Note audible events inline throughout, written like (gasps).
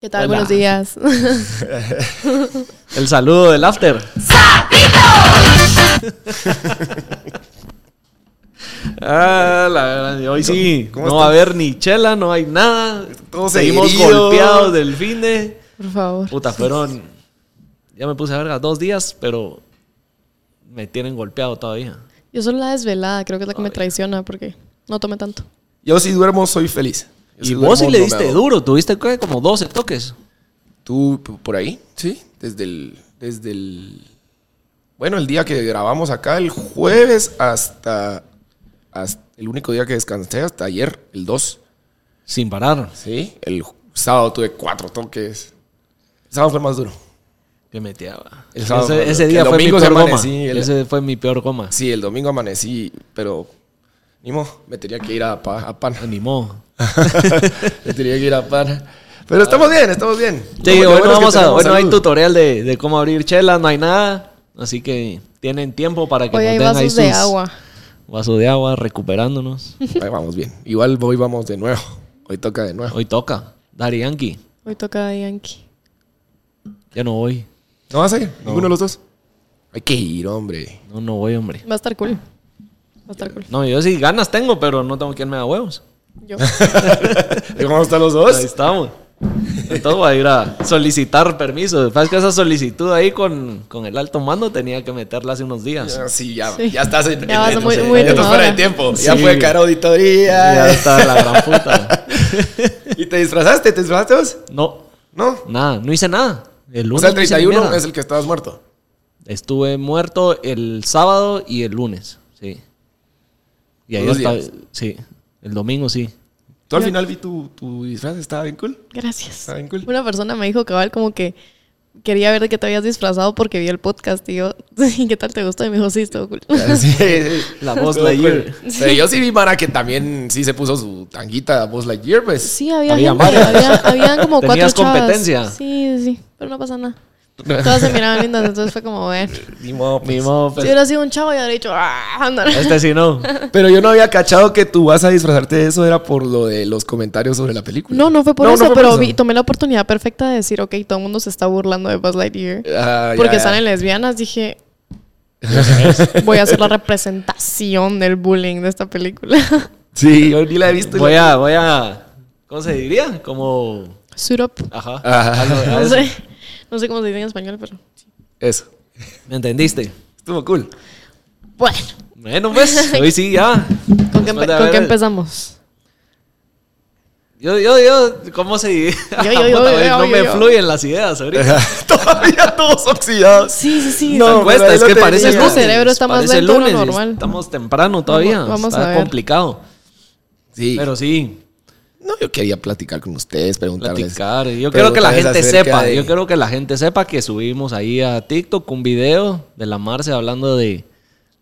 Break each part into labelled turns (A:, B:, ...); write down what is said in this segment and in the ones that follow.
A: ¿Qué tal?
B: Hola.
A: Buenos
B: (laughs)
A: días.
B: El saludo del after. Ah, la verdad, hoy sí,
C: ¿Cómo
B: no va a haber ni chela, no hay nada.
C: Todos
B: Seguimos
C: heridos.
B: golpeados del fin de.
A: Por favor.
B: Puta, fueron. Ya me puse a verga dos días, pero me tienen golpeado todavía.
A: Yo solo la desvelada, creo que es la que me traiciona porque no tomé tanto.
C: Yo si duermo soy feliz. Yo
B: Y vos sí
C: duermo,
B: le
C: no
B: diste
C: me hago-
B: duro, tuviste ¿qué? como 12 toques.
C: Tú p- por ahí, sí, desde el, desde el, bueno, el día que grabamos acá, el jueves hasta, hasta el único día que descansé hasta ayer, el 2,
B: Sin parar.
C: sí. El ju- sábado tuve cuatro toques. El sábado fue el más duro.
B: Que metía. va.
C: El sábado
B: Ese,
C: fue-
B: ese
C: que
B: día
C: el
B: fue mi
C: domingo
B: peor
C: se
B: goma.
C: amanecí, el-
B: Ese fue mi peor goma.
C: Sí, el domingo amanecí, pero ni modo, me tenía que ir a, pa- a pan. (laughs)
B: Ni modo.
C: me tenía que ir a pan. Pero estamos bien, estamos bien.
B: Ah. Sí,
C: Lo
B: hoy,
C: bueno
B: no
C: es que
B: vamos a,
C: tenemos
B: hoy no hay
C: salud.
B: tutorial de, de cómo abrir chelas, no hay nada. Así que tienen tiempo para que
A: Hoy
B: nos
A: hay
B: den ahí
A: vasos de
B: sus
A: agua.
B: vasos de agua, recuperándonos.
C: Ahí vamos bien. Igual hoy vamos de nuevo. Hoy toca de nuevo.
B: Hoy toca. Dari Yankee,
A: Hoy toca Yankee.
B: ya no voy.
C: ¿No vas a ir? ¿Ninguno de los dos? Hay que ir, hombre.
B: No, no voy, hombre.
A: Va a estar cool. Va a estar cool.
B: No, yo sí ganas tengo, pero no tengo quien me da huevos.
A: Yo.
B: (laughs)
C: Ahí vamos a estar los
B: Ahí
C: dos.
B: estamos. Entonces voy a ir a solicitar permiso. Sabes que esa solicitud ahí con, con el alto mando tenía que meterla hace unos días.
C: Ah, Sí, ya,
A: Sí.
C: ya estás en,
A: Ya vas
C: en-
A: muy-
C: no sé,
A: muy
C: ya estás
A: animadora.
C: fuera de tiempo. Ya
B: Sí.
C: fue cara
B: Ya
C: auditoría.
B: está la gran puta.
C: ¿Y te disfrazaste? ¿Te disfrazaste vos?
B: No,
C: No.
B: nada, no hice nada. El
C: O
B: lunes.
C: sea, el
B: no hice ni
C: 31
B: mierda.
C: es el que estabas muerto.
B: Estuve muerto el sábado y el lunes, sí. Y ayer
C: Dos
B: estaba-
C: días.
B: sí, el domingo sí.
C: Tú al
A: Ya.
C: final vi tu, tu disfraz, estaba bien cool.
A: Gracias.
C: Está
B: Ah,
C: bien cool.
A: Una persona me dijo cabal como que quería ver de qué te habías disfrazado porque vio el podcast y yo, (laughs) "¿Y ¿qué tal te gustó? Y me dijo, sí, estuvo cool.
C: (laughs) Sí, sí.
B: La Buzz
C: Estuvo
B: Lightyear.
C: cool. Pero yo sí vi Mara que también sí se puso su tanguita Buzz Lightyear,
A: (laughs)
C: pues.
A: Sí, había,
B: Había
A: gente,
B: varias.
A: había, habían como cuatro
B: Tenías
A: chavas.
B: competencia.
A: Sí, sí, pero no pasa
B: (laughs)
A: nada. Todas se miraban lindas, entonces fue como, bueno.
C: Ni modo, pues.
B: Ni modo, pues.
A: Si hubiera sido un chavo, ya habría dicho, ah, ándale".
B: Este sí
A: (laughs)
B: no.
C: Pero yo no había cachado que tú vas a disfrazarte de eso, era por lo de los comentarios sobre la película.
A: No, no fue por
C: No, no
A: eso,
C: fue por
A: pero
C: eso.
A: vi- tomé la oportunidad perfecta de decir, ok, todo el mundo se está burlando de Buzz Lightyear.
C: Ah, ya,
A: porque
C: ya.
A: salen lesbianas,
C: (laughs)
A: dije, voy a hacer la representación del bullying de esta película. (laughs)
C: Sí, yo ni la he visto.
B: Voy a, voy a, ¿cómo se diría? Como,
A: Suit up.
B: ajá.
C: Ajá.
B: algo-
A: No (laughs)
B: algo-
A: sé, no sé cómo se dice en español, pero...
C: Eso.
B: ¿Me entendiste?
C: Estuvo cool. (laughs)
A: Bueno, (laughs)
B: Bueno, pues, hoy sí ya.
A: ¿con,
C: Pues
A: qué, empe-
B: Después de
A: con
B: haber-
A: qué empezamos?
B: Yo, yo, yo, ¿cómo se diría? (laughs)
A: Yo, yo, yo,
B: Puta,
A: yo,
B: no
A: yo,
B: me
A: yo.
B: fluyen las ideas ahorita.
C: Todavía todos oxidados.
A: Sí, sí, sí.
C: No,
B: No, cuesta,
C: pero
B: es
C: ahí
B: que
C: lo
B: parece
C: tenía.
B: lunes.
A: Tu cerebro está más
B: parece
A: lento de lo
B: lunes,
A: normal.
B: Estamos temprano todavía.
A: Vamos- vamos
B: está
A: a ver.
B: complicado.
C: Sí.
B: Pero sí,
C: no, yo quería platicar con ustedes, preguntarles.
B: platicar. Yo quiero que la gente
C: preguntarles acerca
B: sepa,
C: de-
B: yo quiero que la gente sepa que subimos ahí a TikTok un video de la Marce hablando de,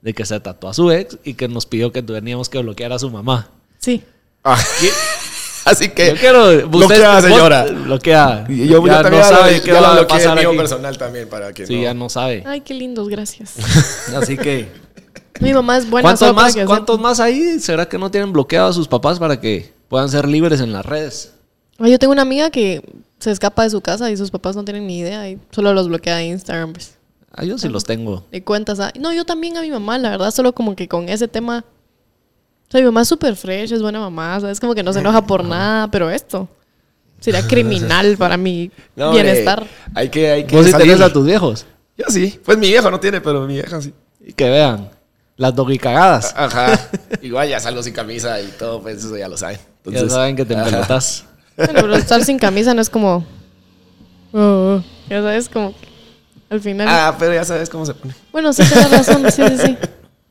B: de que se tatuó a su ex y que nos pidió que teníamos que bloquear a su mamá.
A: Sí.
C: (laughs) Ah,
B: (laughs)
C: Así que.
B: Yo quiero...
C: (laughs) Bloquea,
B: ustedes-
C: señora.
B: vos- Bloquea.
C: Yo, yo
B: ya no
C: también ya
B: sabe
C: lo-
B: qué
C: ya lo
B: va a
C: bloqueé
B: pasar
C: mío
B: aquí.
C: personal también para que
B: Sí,
C: no.
B: ya no
C: (laughs)
B: sabe.
A: Ay, qué lindos, gracias.
B: Así que...
A: Mi mamá es (laughs) buena.
B: ¿Cuántos
A: solo para
B: más,
A: que
B: ¿Cuántos
A: sepa.
B: más ahí? ¿Será que no tienen bloqueado a sus papás para que puedan ser libres en las redes?
A: Ay, Yo tengo una amiga que se escapa de su casa y sus papás no tienen ni idea y solo los bloquea de Instagram, pues.
B: Ah, yo sí los tengo.
A: de cuentas. a- No, yo también a mi mamá, la verdad, solo como que con ese tema. O sea, mi mamá es súper fresh, es buena mamá, ¿sabes? Como que no se enoja por nada, pero esto sería
C: (laughs)
A: criminal para mi
C: No, hombre,
A: bienestar.
C: hay que, hay que.
B: ¿Vos sí
C: salir.
B: tenés a tus viejos?
C: Yo sí. Pues mi viejo no tiene, pero mi vieja sí.
B: Y que vean. Las doguicagadas.
C: (laughs) Ajá. Igual ya salgo sin camisa y todo, pues eso ya lo saben.
B: ya saben que te empelotas.
A: Bueno, pero estar sin camisa no es como. "Oh", ya sabes, como. que Al final.
C: Ah, pero ya sabes cómo
A: (laughs)
C: se pone. (laughs)
A: Bueno, sí, tienes razón, sí, sí, sí.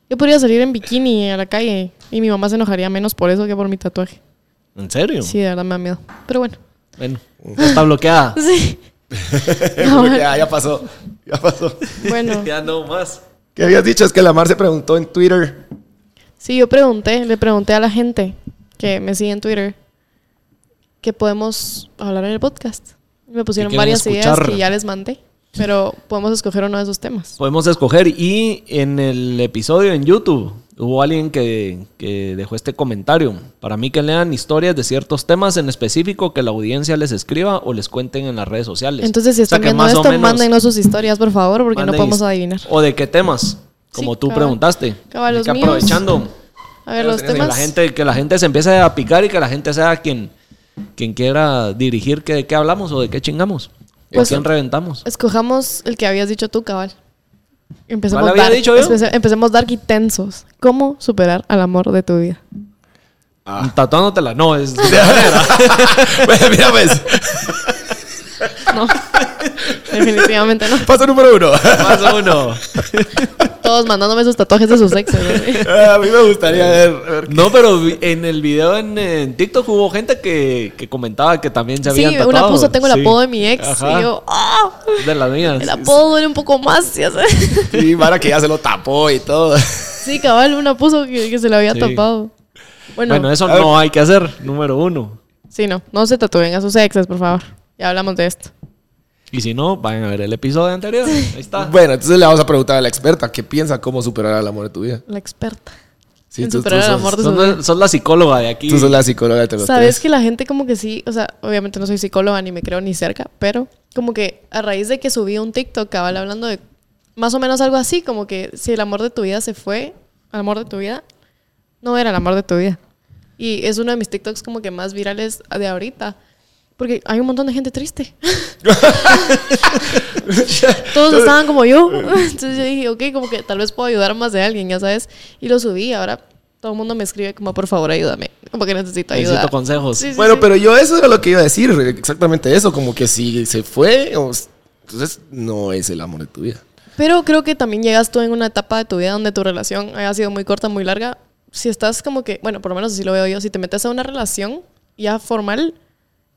A: Yo podría salir en bikini a la calle y mi mamá se enojaría menos por eso que por mi tatuaje.
B: ¿En serio?
A: Sí, de verdad me da miedo. Pero bueno.
B: Bueno, ya está bloqueada.
C: (laughs)
A: Sí. (laughs)
C: ah, ya, ya pasó. Ya pasó.
A: Bueno.
B: (laughs) Ya no más.
C: ¿Qué habías dicho? Es que la Mar se preguntó en Twitter. (laughs)
A: Sí, yo pregunté, le pregunté a la gente que me sigue en Twitter que podemos hablar en el podcast. Me pusieron
B: quieren
A: varias ideas
B: escuchar.
A: que ya les mandé, pero podemos escoger uno de esos temas.
B: Podemos escoger y en el episodio en YouTube Hubo alguien que, que dejó este comentario. Para mí que lean historias de ciertos temas en específico que la audiencia les escriba o les cuenten en las redes sociales.
A: Entonces, si
B: O sea,
A: están
B: que
A: viendo
B: más o
A: esto,
B: menos
A: mándenos sus historias, por favor, porque no
B: manden
A: podemos
B: his-
A: adivinar.
B: O de qué temas, como
A: Sí,
B: tú
A: cabal.
B: preguntaste.
A: Cabal,
B: Así
A: los
B: que
A: míos.
B: aprovechando
A: A ver,
C: Pero
A: los
C: tenés
B: que
A: temas.
B: la gente que la gente se empiece a picar y que la gente sea quien quien quiera dirigir que de qué hablamos o de qué chingamos. o
A: Pues-
B: quién reventamos.
A: Escojamos el que habías dicho tú, cabal. Empecemos,
B: ¿Cuál había
A: dark,
B: dicho yo?
A: empece- empecemos dark y tensos. ¿Cómo superar al amor de tu vida?
C: Ah.
B: Tatuándotela,
A: (laughs)
B: no, es
C: Bueno, mira, pues.
B: (laughs)
A: No. Definitivamente no.
C: Paso número uno. (laughs)
B: más uno.
A: Todos mandándome sus tatuajes de su sexo. güey.
C: Ah, A mí me gustaría ver. ver-
B: No, pero vi- en el video en, en TikTok hubo gente que, que comentaba que también se
A: Sí,
B: habían tatuado.
A: una puso tengo el
B: Sí.
A: apodo de mi ex.
B: Ajá,
A: Y yo, ¡ah!
B: de las mías.
A: El apodo duele un poco más. ya sabes.
C: Sí, Mara que ya se lo tapó y todo.
A: (laughs)
C: (laughs)
A: Sí, cabal, una puso que, que se lo había
B: Sí.
A: tapado. Bueno,
B: Bueno, eso
C: A ver.
B: no hay que hacer, número uno.
A: sí, no. No se tatúen a sus exes, por favor. Ya hablamos de esto.
B: Y si no, vayan a ver el episodio anterior. Ahí está.
C: Bueno, entonces le vamos a preguntar a la experta qué piensa cómo superar al amor de tu vida.
A: La experta.
C: Sí,
A: En superar al
C: sos-
A: amor de su vida.
B: Son, son la psicóloga de aquí.
C: Tú sos la psicóloga de los
A: Sabes
C: tres.
A: que la gente como que sí, o sea, obviamente no soy psicóloga ni me creo ni cerca, pero como que a raíz de que subí un TikTok cabal hablando de más o menos algo así, como que si el amor de tu vida se fue, el amor de tu vida no era el amor de tu vida. Y es uno de mis TikToks como que más virales de ahorita, porque hay un montón de gente triste. Todos estaban como yo. Entonces yo dije, ok, como que tal vez puedo ayudar a más de alguien, ya sabes. Y lo subí, ahora todo el mundo me escribe como, por favor, ayúdame. Como que necesito ayuda.
B: Necesito consejos.
A: Sí, sí,
C: Bueno,
A: sí.
C: pero yo eso era lo que iba a decir, exactamente eso, como que si se fue, o s- entonces no es el amor de tu vida.
A: Pero creo que también llegas tú en una etapa de tu vida donde tu relación haya sido muy corta, muy larga. Si estás como que, bueno, por lo menos así lo veo yo, si te metes a una relación ya formal,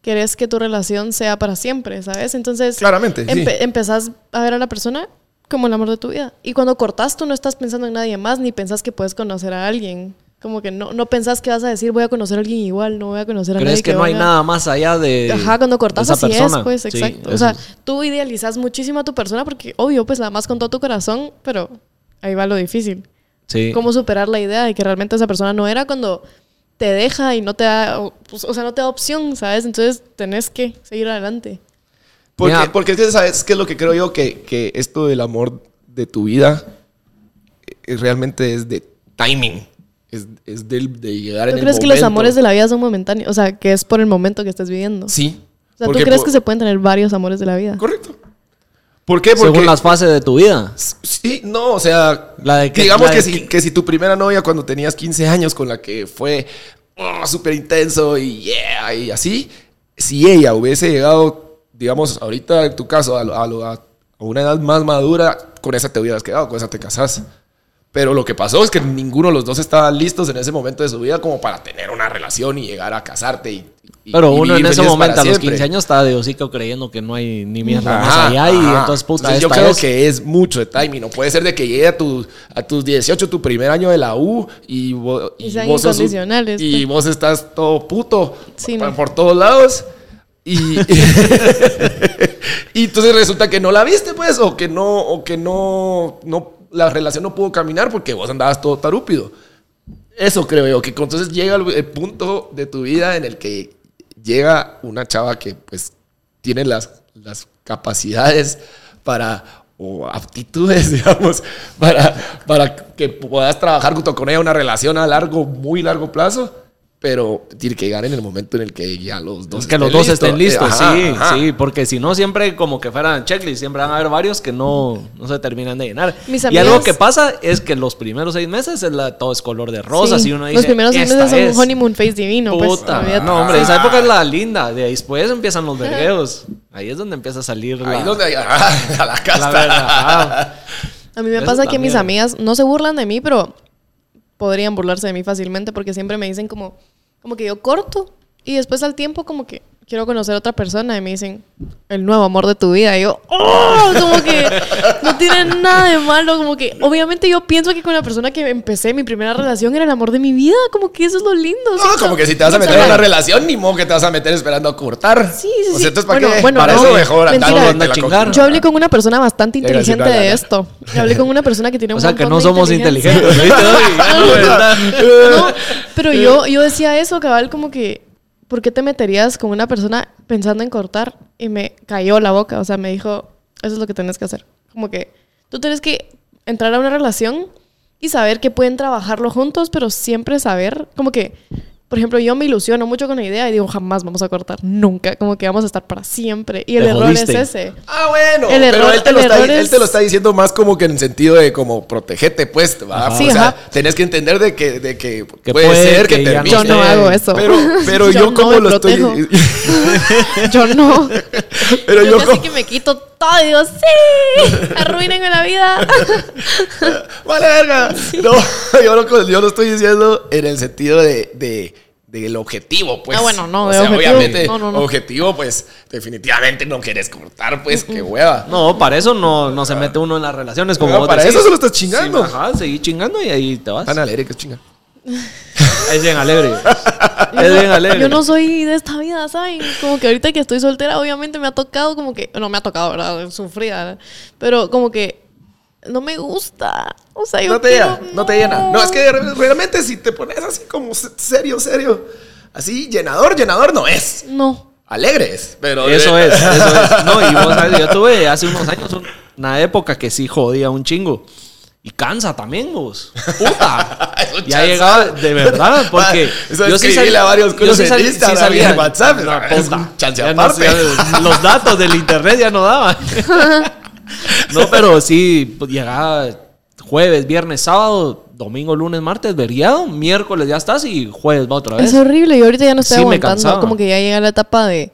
A: querés que tu relación sea para siempre, ¿sabes? Entonces,
C: Claramente, sí.
A: Pues, empe- empezás a ver a la persona como el amor de tu vida. Y cuando cortás, tú no estás pensando en nadie más, ni pensás que puedes conocer a alguien. Como que no, no pensás que vas a decir, voy a conocer a alguien igual, no voy a conocer a nadie.
B: ¿Crees que no hay
A: venga".
B: nada más allá de.
A: Ajá, cuando cortas
B: de
A: así
B: esa persona?
A: es, pues,
B: Sí,
A: exacto.
B: eso
A: o sea,
B: es.
A: tú idealizas muchísimo a tu persona porque, obvio, pues la amas con todo tu corazón, pero ahí va lo difícil.
B: Sí.
A: Cómo superar la idea de que realmente esa persona no era cuando te deja y no te da, o, pues, o sea, no te da opción, ¿sabes? Entonces tenés que seguir adelante.
C: Porque,
B: Mira.
C: porque es que, ¿sabes qué es lo que creo yo? Que, que esto del amor de tu vida eh, realmente es de timing. Es, es del, de llegar
A: ¿Tú
C: en el
A: crees que los
C: momento.
A: amores de la vida son momentáneos? O sea, que es por el momento que estés viviendo.
C: Sí.
A: O sea, ¿tú
C: Porque
A: crees
C: po-
A: que se pueden tener varios amores de la vida?
C: Correcto. ¿Por qué? Porque...
B: Según las fases de tu vida.
C: Sí, no, o sea,
B: La de que-
C: digamos
B: la
C: que,
B: de
C: si,
B: que-
C: que si tu primera novia cuando tenías 15 años con la que fue oh, súper intenso y yeah, y así, si ella hubiese llegado, digamos, ahorita en tu caso, a, lo- a lo- a una edad más madura, con esa te hubieras quedado, con esa te casás. Pero lo que pasó es que ninguno de los dos estaban listos en ese momento de su vida como para tener una relación y llegar a casarte. y- y-
B: Pero
C: y
B: uno en
C: vivir
B: ese
C: felices
B: momento,
C: para
B: a los
C: siempre.
B: 15 años, está de hocico creyendo que no hay ni mierda más
C: Ajá,
B: allá. Y
C: ajá.
B: entonces, puta,
C: Entonces, yo
B: esta
C: creo
B: es.
C: que es mucho de timing. No puede ser de que llegue a, tu- a tus 18, tu primer año de la U y, vo-
A: Y sean
C: vos sos un-
A: incondicionales,
C: y
A: pues.
C: vos estás todo puto
A: Sí,
C: por,
A: no.
C: por todos lados. Y, (laughs) y entonces resulta que no la viste, pues, o que no, o que no, no, la relación no pudo caminar porque vos andabas todo tarúpido. Eso creo yo, que entonces llega el, el punto de tu vida en el que llega una chava que pues tiene las, las capacidades para, o aptitudes, (laughs) digamos, para, para que puedas trabajar junto con ella una relación a largo, muy largo plazo, pero tiene que llegar en el momento en el que ya los dos
B: Es pues, que los dos estén listos,
C: eh, Ajá,
B: sí,
C: ajá.
B: sí, porque si no, siempre como que fueran checklist, siempre van a haber varios que no, no se terminan de llenar.
A: Mis
B: y algo
A: amigas-
B: que pasa es que los primeros seis meses es la- todo es color de rosas
A: Sí.
B: y uno dice.
A: los primeros seis
B: "Esta
A: meses son
B: es".
A: un honeymoon face divino. pues,
B: Puta,
A: olvídate.
B: no, hombre, esa época es la linda. De ahí después empiezan los vergueos. Ahí es donde empieza a salir la,
C: Ahí donde hay- (laughs) a la
B: la
C: casta.
B: verdad. Ah,
A: A mí me
B: Eso
A: pasa que mis
B: también.
A: amigas no se burlan de mí, pero podrían burlarse de mí fácilmente porque siempre me dicen como, como que yo corto y después al tiempo como que quiero conocer a otra persona y me dicen, el nuevo amor de tu vida. Y yo, ¡oh! Como que no tiene nada de malo. Como que, obviamente yo pienso que con la persona que empecé mi primera relación era el amor de mi vida. Como que eso es lo lindo.
C: (laughs) No,
A: ¿cierto?
C: como que si te vas a
A: O sea,
C: meter en una relación, ni modo que te vas a meter esperando a cortar.
A: Sí, sí,
C: O
A: sí.
C: sea, entonces, ¿para
A: Bueno,
C: qué?
A: bueno,
C: para
A: no,
C: eso mejor
A: mentira.
C: andando
B: Anda a chingar.
A: Yo hablé con una persona bastante
C: Ya iba a decir,
A: inteligente
C: "No, no,
A: de
C: no".
A: esto. Yo hablé con una persona que tiene un
B: O sea, que
A: montón
B: no
A: de
B: somos
A: inteligencia.
B: inteligentes. ¿viste,
C: (laughs)
B: Doggy? No, Ah, ¿verdad?
A: No, pero yo, yo decía eso, cabal, como que, ¿por qué te meterías con una persona pensando en cortar? Y me cayó la boca, o sea, me dijo, eso es lo que tienes que hacer. Como que tú tienes que entrar a una relación y saber que pueden trabajarlo juntos, pero siempre saber, como que, por ejemplo, yo me ilusiono mucho con la idea y digo, jamás vamos a cortar, nunca, como que vamos a estar para siempre. Y el
B: Te
A: error
B: jodiste.
A: es ese.
C: Ah, bueno.
A: El
C: pero
A: error-
C: él te, lo
A: el
C: está,
A: error
C: él te lo
A: es-
C: está diciendo más como que en el sentido de como protegete, pues. ¿va?
A: Sí,
C: o sea,
A: ajá.
C: tenés que entender de que, de que,
B: Que
C: puede,
B: puede
C: ser que,
B: que ya no
C: termine.
A: Yo no
B: Eh,
A: hago eso.
C: Pero,
A: (laughs)
C: pero yo,
A: no
C: como
A: me
C: lo estoy.
A: protejo. Yo no.
C: (laughs) Pero
A: yo
C: yo,
A: casi
C: como.
A: que me quito todo y digo, sí, arruínenme la vida.
C: ¡Vale, verga! No, (laughs) yo lo, yo lo estoy diciendo en el sentido de. de del objetivo, pues.
A: Ah, bueno, no,
C: O
A: de
C: sea,
A: objetivo.
C: obviamente,
A: No, no, no.
C: objetivo, pues, definitivamente no quieres cortar, pues, qué hueva.
B: No, para eso no, no se mete uno en las relaciones. Como
C: No,
B: vos
C: para
B: decís.
C: eso se lo estás chingando.
B: Sí, ajá, seguí chingando y ahí te vas.
C: Tan alegre que es chinga.
B: Es bien alegre. Es bien alegre.
A: Yo no soy de esta vida, ¿saben? Como que ahorita que estoy soltera, obviamente me ha tocado como que, no me ha tocado, ¿verdad? Sufrida, ¿verdad? pero como que no me gusta. O sea, yo
C: no te
A: quiero-
C: llena, no te llena. No, es que re- realmente si te pones así como se- serio, serio, así llenador, llenador no es.
A: No.
C: Alegre es, pero...
B: Eso es, eso
C: (laughs)
B: es. No, y vos sabes, yo tuve hace unos años un- una época que sí jodía un chingo. Y cansa también, vos. Puta.
C: (laughs) Es un
B: ya
C: chanzal.
B: llegaba, de
C: (laughs)
B: verdad, porque.
C: Ah, Eso escribíle a varios culos en Instagram y en WhatsApp.
B: No,
C: Es
B: puta.
C: un chance
B: Ya no
C: aparte.
B: sé, los datos del internet ya no
C: (laughs)
B: daban. No, pero sí, pues, llegaba jueves, viernes, sábado, domingo, lunes, martes, veriado, miércoles ya estás y jueves va otra vez.
A: Es horrible. Y ahorita ya no estoy
B: Sí, me cansaba.
A: aguantando. Como que ya llega la etapa de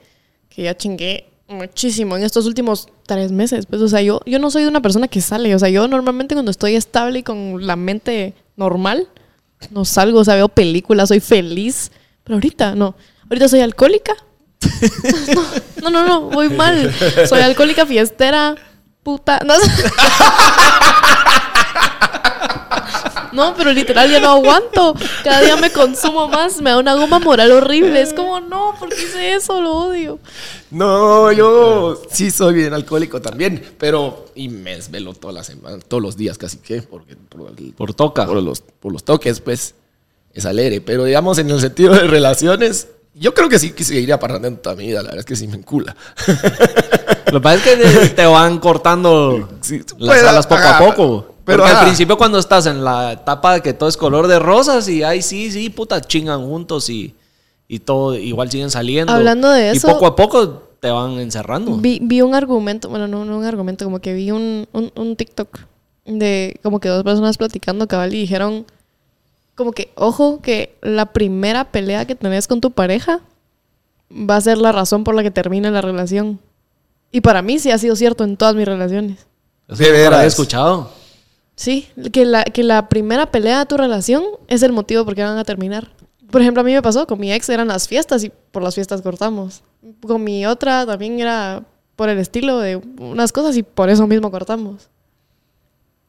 A: que ya chingué muchísimo en estos últimos tres meses. Pues, o sea, yo, yo no soy una persona que sale. O sea, yo normalmente cuando estoy estable y con la mente normal, no salgo. O sea, veo películas, soy feliz. Pero ahorita no. Ahorita soy
B: (laughs)
A: alcohólica. (laughs) No, no, no, voy mal. Soy alcohólica fiestera, puta. No, No, pero literal ya no aguanto. Cada día me consumo más, me da una goma moral horrible. Es como, no, ¿por qué hice eso? Lo odio.
C: No, yo sí soy bien alcohólico también, pero... Y me desvelo todas las semanas, todos los días casi que, porque por, el-
B: Por toca.
C: por los, por los toques, pues, es alegre. Pero digamos, en el sentido de relaciones, yo creo que sí que seguiría parrandeando toda mi vida, la verdad es que sí me encula.
B: Lo que pasa es que
C: (laughs)
B: te- te van cortando
C: Sí,
B: las
C: pues,
B: alas poco
C: ajá,
B: a poco.
C: pero,
B: Porque
C: ajá.
B: al principio cuando estás en la etapa de que todo es color de rosas y ahí sí, sí, puta, chingan juntos y, y todo, igual siguen saliendo.
A: Hablando de eso-
B: Y poco a poco te van encerrando.
A: Vi, vi un argumento, bueno, no, no un argumento, como que vi un, un, un TikTok de como que dos personas platicando cabal y dijeron como que, ojo, que la primera pelea que tenés con tu pareja va a ser la razón por la que termine la relación. Y para mí sí ha sido cierto en todas mis relaciones.
B: Eso
C: De
B: no lo había
C: veras.
B: escuchado.
A: Sí, que la, que la primera pelea de tu relación es el motivo por qué van a terminar. Por ejemplo, a mí me pasó, con mi ex eran las fiestas y por las fiestas cortamos. Con mi otra también era por el estilo de unas cosas y por eso mismo cortamos.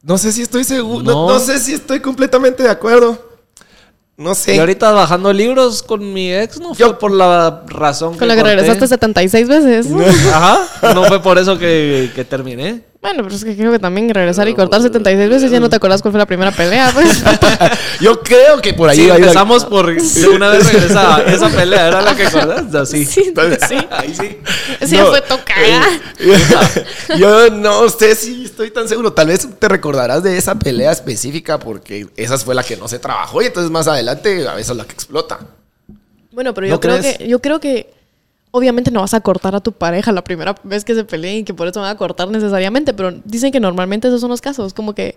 C: No sé si estoy seguro.
B: No.
C: No. no sé si estoy completamente de acuerdo. No
B: Y
C: sé.
B: ahorita bajando libros con mi ex no fue
C: Yo-
B: por la razón
A: Con la que
B: corté. (laughs)
A: regresaste 76 veces.
B: Ajá, no fue por eso que, que terminé.
A: Bueno, pero es que creo que también regresar y cortar 76 veces ya no te acuerdas cuál fue la primera pelea, (laughs) pues.
C: Yo creo que por ahí
B: Sí,
C: va a ir la-
B: empezamos por una vez regresada. Esa pelea era la que acordaste,
A: (laughs)
B: así.
A: Sí, Eh,
C: Entonces-
A: sí.
C: ahí sí.
A: (laughs) Esa ya fue tocada.
C: eh,
A: (laughs)
C: Yo no sé si estoy tan seguro. Tal vez te recordarás de esa pelea específica porque esa fue la que no se trabajó y entonces más adelante a veces es la que explota.
A: Bueno, pero
C: ¿No
A: yo creo
C: crees?
A: que yo creo que obviamente no vas a cortar a tu pareja la primera vez que se peleen y que por eso van a cortar necesariamente, pero dicen que normalmente esos son los casos, como que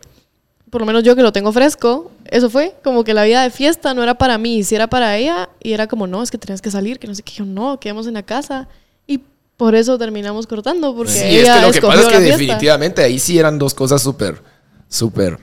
A: por lo menos yo que lo tengo fresco, eso fue como que la vida de fiesta no era para mí, si era para ella y era como no, es que tenías que salir, que no sé qué, yo no, quedamos en la casa y por eso terminamos cortando porque
C: Sí, es
A: ella
C: que lo que
A: escogió
C: pasa es que
A: la fiesta.
C: definitivamente ahí sí eran dos cosas súper, súper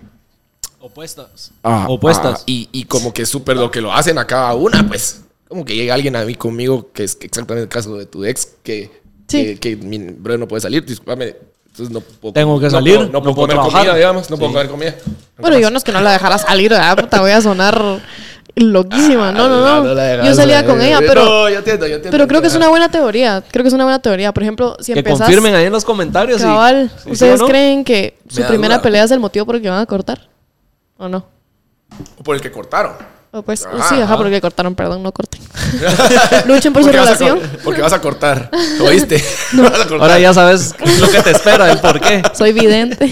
B: Opuestas.
C: ah,
B: Opuestas.
C: ah, y, y como que súper lo que lo hacen a cada una, pues. como que llega alguien a mí conmigo, que es exactamente el caso de tu ex, que,
A: Sí.
C: que, que mi bro no puede salir, discúlpame. Entonces no puedo,
B: Tengo que
C: no
B: salir,
C: puedo- no,
B: no
C: puedo,
B: puedo
C: comer
B: trabajar.
C: comida, digamos. No puedo
B: Sí.
C: comer comida.
A: Bueno, yo no es que no la dejara salir, ¿verdad? Puta, voy a sonar
C: Ah,
A: loquísima. No, no, no. Yo salía con ella, pero,
C: No, yo entiendo, yo entiendo.
A: pero creo que es una buena teoría. Creo que es una buena teoría. Por ejemplo, si
B: Que
A: empezás...
B: confirmen ahí en los comentarios. y-
A: Cabal,
B: si sí
A: ¿ustedes
B: o no.
A: creen que
C: Me
A: su
C: da
A: primera
C: duda.
A: pelea es el motivo por el que van a cortar? ¿O no?
C: Por el que cortaron.
A: O pues,
C: Ajá,
A: sí,
C: ajá.
A: ajá, porque cortaron, perdón, no
C: (laughs)
A: corten. Luchen por su
C: Porque vas a
A: relación.
C: cor- Porque vas
A: (laughs)
C: a cortar. ¿Oíste? Vas a cortar.
B: Ahora ya sabes lo que te espera, el por
C: (laughs)
B: qué.
A: Soy vidente.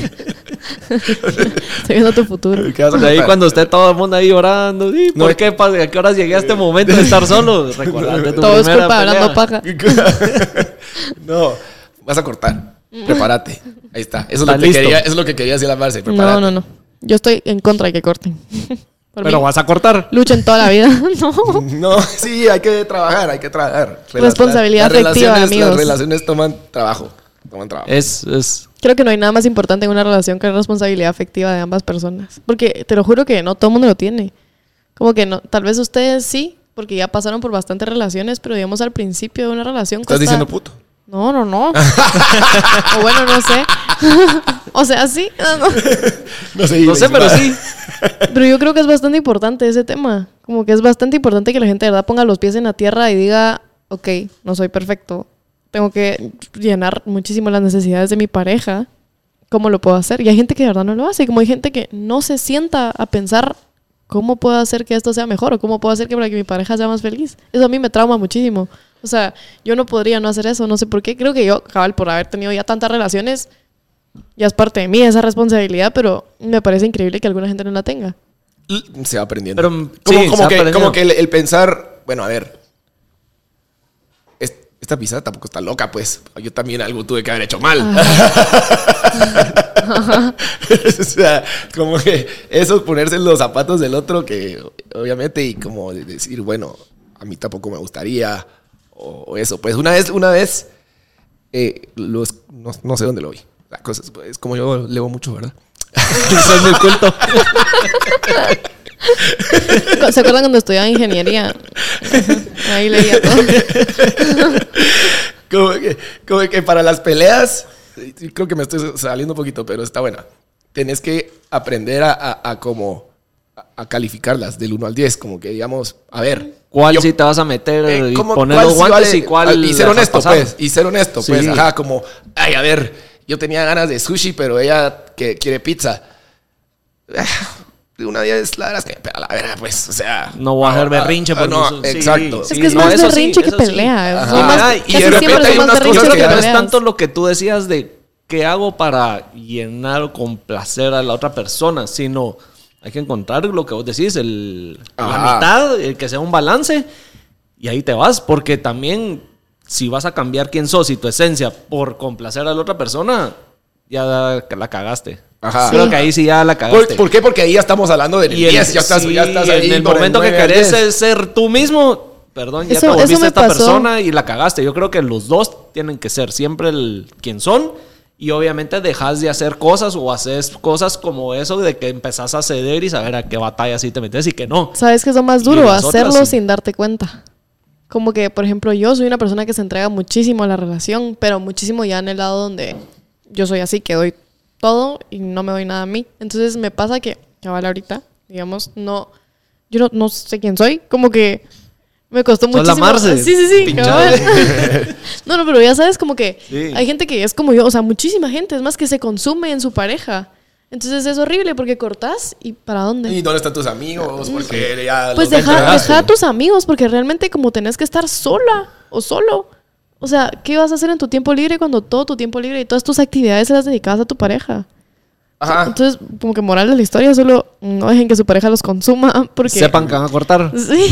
A: Estoy viendo tu futuro.
C: ¿Qué vas a
B: De ahí
C: cortar?
B: cuando esté todo el mundo ahí llorando, ¿sí?
C: No,
B: ¿por qué? pa- ¿A qué horas llegué a este momento de estar
C: (laughs)
B: solo? Recordarte tu
A: Todo es
B: primera
A: culpa
B: pelea.
A: hablando paja.
C: (laughs) no, vas a cortar. Prepárate. Ahí está. Eso es,
B: Está
C: lo que
B: listo.
C: quería, eso es lo que quería decir la Marce. Prepárate.
A: No, no, no. Yo estoy en contra de que corten. (laughs) Por
B: Pero
A: mí.
B: vas a cortar.
A: Luchen toda la vida. (laughs) no.
C: (laughs) No, sí, hay que trabajar, hay que trabajar. Rela-
A: Responsabilidad
C: las- las
A: afectiva,
C: relaciones- Las
A: amigos.
C: relaciones toman trabajo. Toman trabajo.
B: Es, es.
A: Creo que no hay nada más importante en una relación que la responsabilidad afectiva de ambas personas. Porque te lo juro que no todo el mundo lo tiene. Como que no, tal vez ustedes sí, porque ya pasaron por bastantes relaciones, pero digamos al principio de una relación.
C: ¿Estás
A: cuesta-
C: diciendo puto?
A: No, no,
C: (laughs)
A: no. o bueno, no sé. (laughs) o sea,
C: (laughs)
A: sí. no, no.
C: No sé,
B: No sé, pero sí.
C: (laughs)
A: Pero yo creo que es bastante importante ese tema. Como que es bastante importante que la gente de verdad ponga los pies en la tierra y diga, ok, no soy perfecto. Tengo que llenar muchísimo las necesidades de mi pareja. ¿Cómo lo puedo hacer? Y hay gente que de verdad no lo hace. Como hay gente que no se sienta a pensar cómo puedo hacer que esto sea mejor o cómo puedo hacer que para que mi pareja sea más feliz. Eso a mí me trauma muchísimo. O sea, yo no podría no hacer eso. No sé por qué. Creo que yo, cabal, por haber tenido ya tantas relaciones, ya es parte de mí esa responsabilidad, pero me parece increíble que alguna gente no la tenga.
C: Se va aprendiendo.
B: Pero,
C: como,
B: sí,
C: como
B: se va
C: que,
B: aprendiendo.
C: como que el, el pensar, bueno, a ver. es- Esta pisada tampoco está loca, pues. Yo también algo tuve que haber hecho mal. (laughs) o sea, como que eso, ponerse en los zapatos del otro, que obviamente, y como de- decir, bueno, a mí tampoco me gustaría, o, o eso. Pues una vez, una vez, eh, los, no, no sé dónde lo vi. La cosa es, es como yo leo mucho, ¿verdad?
B: Soy muy
C: (laughs)
B: culto.
A: ¿Se acuerdan cuando estudiaba ingeniería? Ajá, Ahí leía todo.
C: Como que, como que para las peleas, sí, sí, creo que me estoy saliendo un poquito, pero está buena. Tenés que aprender a, a, a como a, a calificarlas del 1 al 10, como que digamos, a ver.
B: ¿Cuál
C: yo-
B: sí te vas a meter
C: eh,
B: y
C: como
B: poner
C: cuál
B: los
C: sí
B: guantes
C: vale- Ah,
B: y cuál.
C: Y ser
B: la
C: honesto,
B: vas a pasar?
C: pues. Y ser honesto,
B: Sí.
C: pues. Ajá, como, ay, a ver, yo tenía ganas de sushi, pero ella que quiere pizza. Eh, De una 10, la verdad es que, pero a la verga, pues, o sea.
B: No voy a hacer
C: ah,
B: berrinche
C: ah,
B: porque
C: no,
B: eso- sí,
C: exacto.
B: sí.
A: Es que es
B: no,
A: más
B: eso sí,
A: berrinche que
B: eso sí.
A: pelea.
C: Ajá.
A: Son más-
B: Ajá,
A: casi
C: y de repente
A: siempre
C: hay
A: son más
C: unas
A: berrinches
C: cosas
A: que
C: que
B: no es
A: peleas.
B: tanto lo que tú decías de qué hago para llenar o complacer a la otra persona, sino hay que encontrar lo que vos decís, el,
C: Ajá.
B: la mitad, el que sea un balance, y ahí te vas, porque también si vas a cambiar quién sos y tu esencia por complacer a la otra persona, ya la, la cagaste.
C: Ajá.
B: Creo
C: Sí.
B: que ahí sí ya la
C: ¿Por,
B: cagaste.
C: por qué? Porque ahí ya estamos hablando del
B: Y en,
C: 10, ya estás,
B: sí,
C: ya estás
B: en
C: ahí
B: el
C: por
B: momento que
C: 9 al
B: querés eh.
C: 10.
B: es ser tú mismo, perdón, ya
A: Eso-
B: te
A: eso
B: volviste
A: me
B: esta
A: pasó.
B: persona y la cagaste. Yo creo que los dos tienen que ser siempre el quien son. Y obviamente dejas de hacer cosas o haces cosas como eso de que empezás a ceder y saber a qué batalla sí te metes y que no.
A: ¿Sabes que es lo más
B: Y
A: duro?
B: las otras,
A: Hacerlo
B: sí.
A: sin darte cuenta. Como que, por ejemplo, yo soy una persona que se entrega muchísimo a la relación, pero muchísimo ya en el lado donde yo soy así, que doy todo y no me doy nada a mí. Entonces me pasa que, cabal, ahorita, digamos, no. Yo no, no sé quién soy, como que me costó
B: Sos
A: muchísimo.
B: la Marce,
A: (laughs) Sí, sí, sí.
B: pinchada.
A: cabal. (laughs) no, no, pero ya sabes, como que
B: Sí.
A: hay gente que es como yo, o sea, muchísima gente, es más que se consume en su pareja. Entonces es horrible porque cortás y para dónde.
C: ¿Y dónde están tus amigos? Porque ya
A: Pues
C: los
A: deja,
C: entregaste.
A: deja a tus amigos, porque realmente como tenés que estar sola o solo. O sea, ¿qué vas a hacer en tu tiempo libre cuando todo tu tiempo libre y todas tus actividades se las dedicabas a tu pareja?
C: Ajá.
A: Entonces, como que moral de la historia, solo no dejen que su pareja los consuma, (laughs) porque...
B: Sepan que van a cortar.
A: Sí.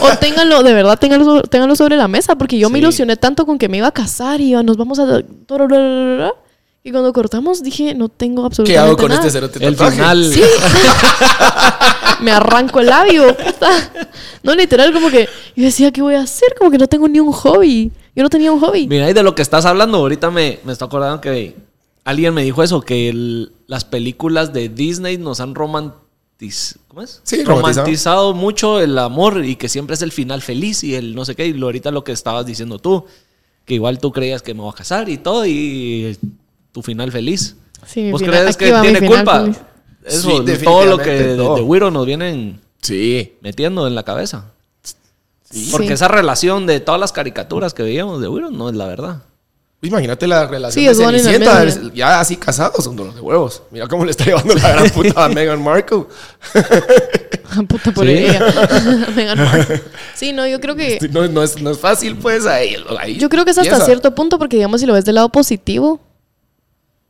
A: o ténganlo, de verdad, ténganlo, sobre- ténganlo sobre la mesa, porque yo me
B: Sí.
A: ilusioné tanto con que me iba a casar y iba, nos vamos a... Y cuando cortamos dije, no tengo absolutamente
C: ¿Qué hago con
A: nada.
C: este cerote
B: El
C: tatuaje?
B: final.
A: Sí. (laughs) me arranco el labio. puta. No, literal, como que yo decía, ¿qué voy a hacer? Como que no tengo ni un hobby. Yo no tenía un hobby.
B: Mira, y de lo que estás hablando, ahorita me, me estoy acordando que alguien me dijo eso, que el- las películas de Disney nos han roman- romantiz- ¿cómo es?
C: Sí,
B: romantizado.
C: romantizado.
B: mucho el amor y que siempre es el final feliz y el no sé qué. Y lo- ahorita lo que estabas diciendo tú, que igual tú creías que me voy a casar y todo y tu final feliz.
A: Sí, mi
B: ¿Vos
A: final-
B: crees
A: aquí
B: que
A: va mi
B: tiene
A: final pues.
B: culpa?
A: feliz.
C: Sí,
B: Eso, todo lo que
C: definitivamente,
B: de,
C: todo.
B: de Wiro nos vienen
C: Sí.
B: metiendo en la cabeza.
A: Sí. (laughs)
B: Porque esa relación de todas las caricaturas que veíamos de Wiro no es la verdad.
C: Imagínate la relación
A: Sí,
C: de
A: es one in a
C: Cenicienta,
A: million.
C: ya así casados, son dolor de huevos. Mira cómo le está llevando la gran
A: (laughs)
C: puta a Meghan Markle.
A: Ah, Puta por (laughs)
B: Sí. (laughs)
A: ella. Meghan Markle. Sí, no, yo creo que.
C: No, no es, no es fácil, pues, ahí. ahí
A: Yo creo que es hasta
C: empieza.
A: cierto punto, porque digamos, si lo ves del lado positivo,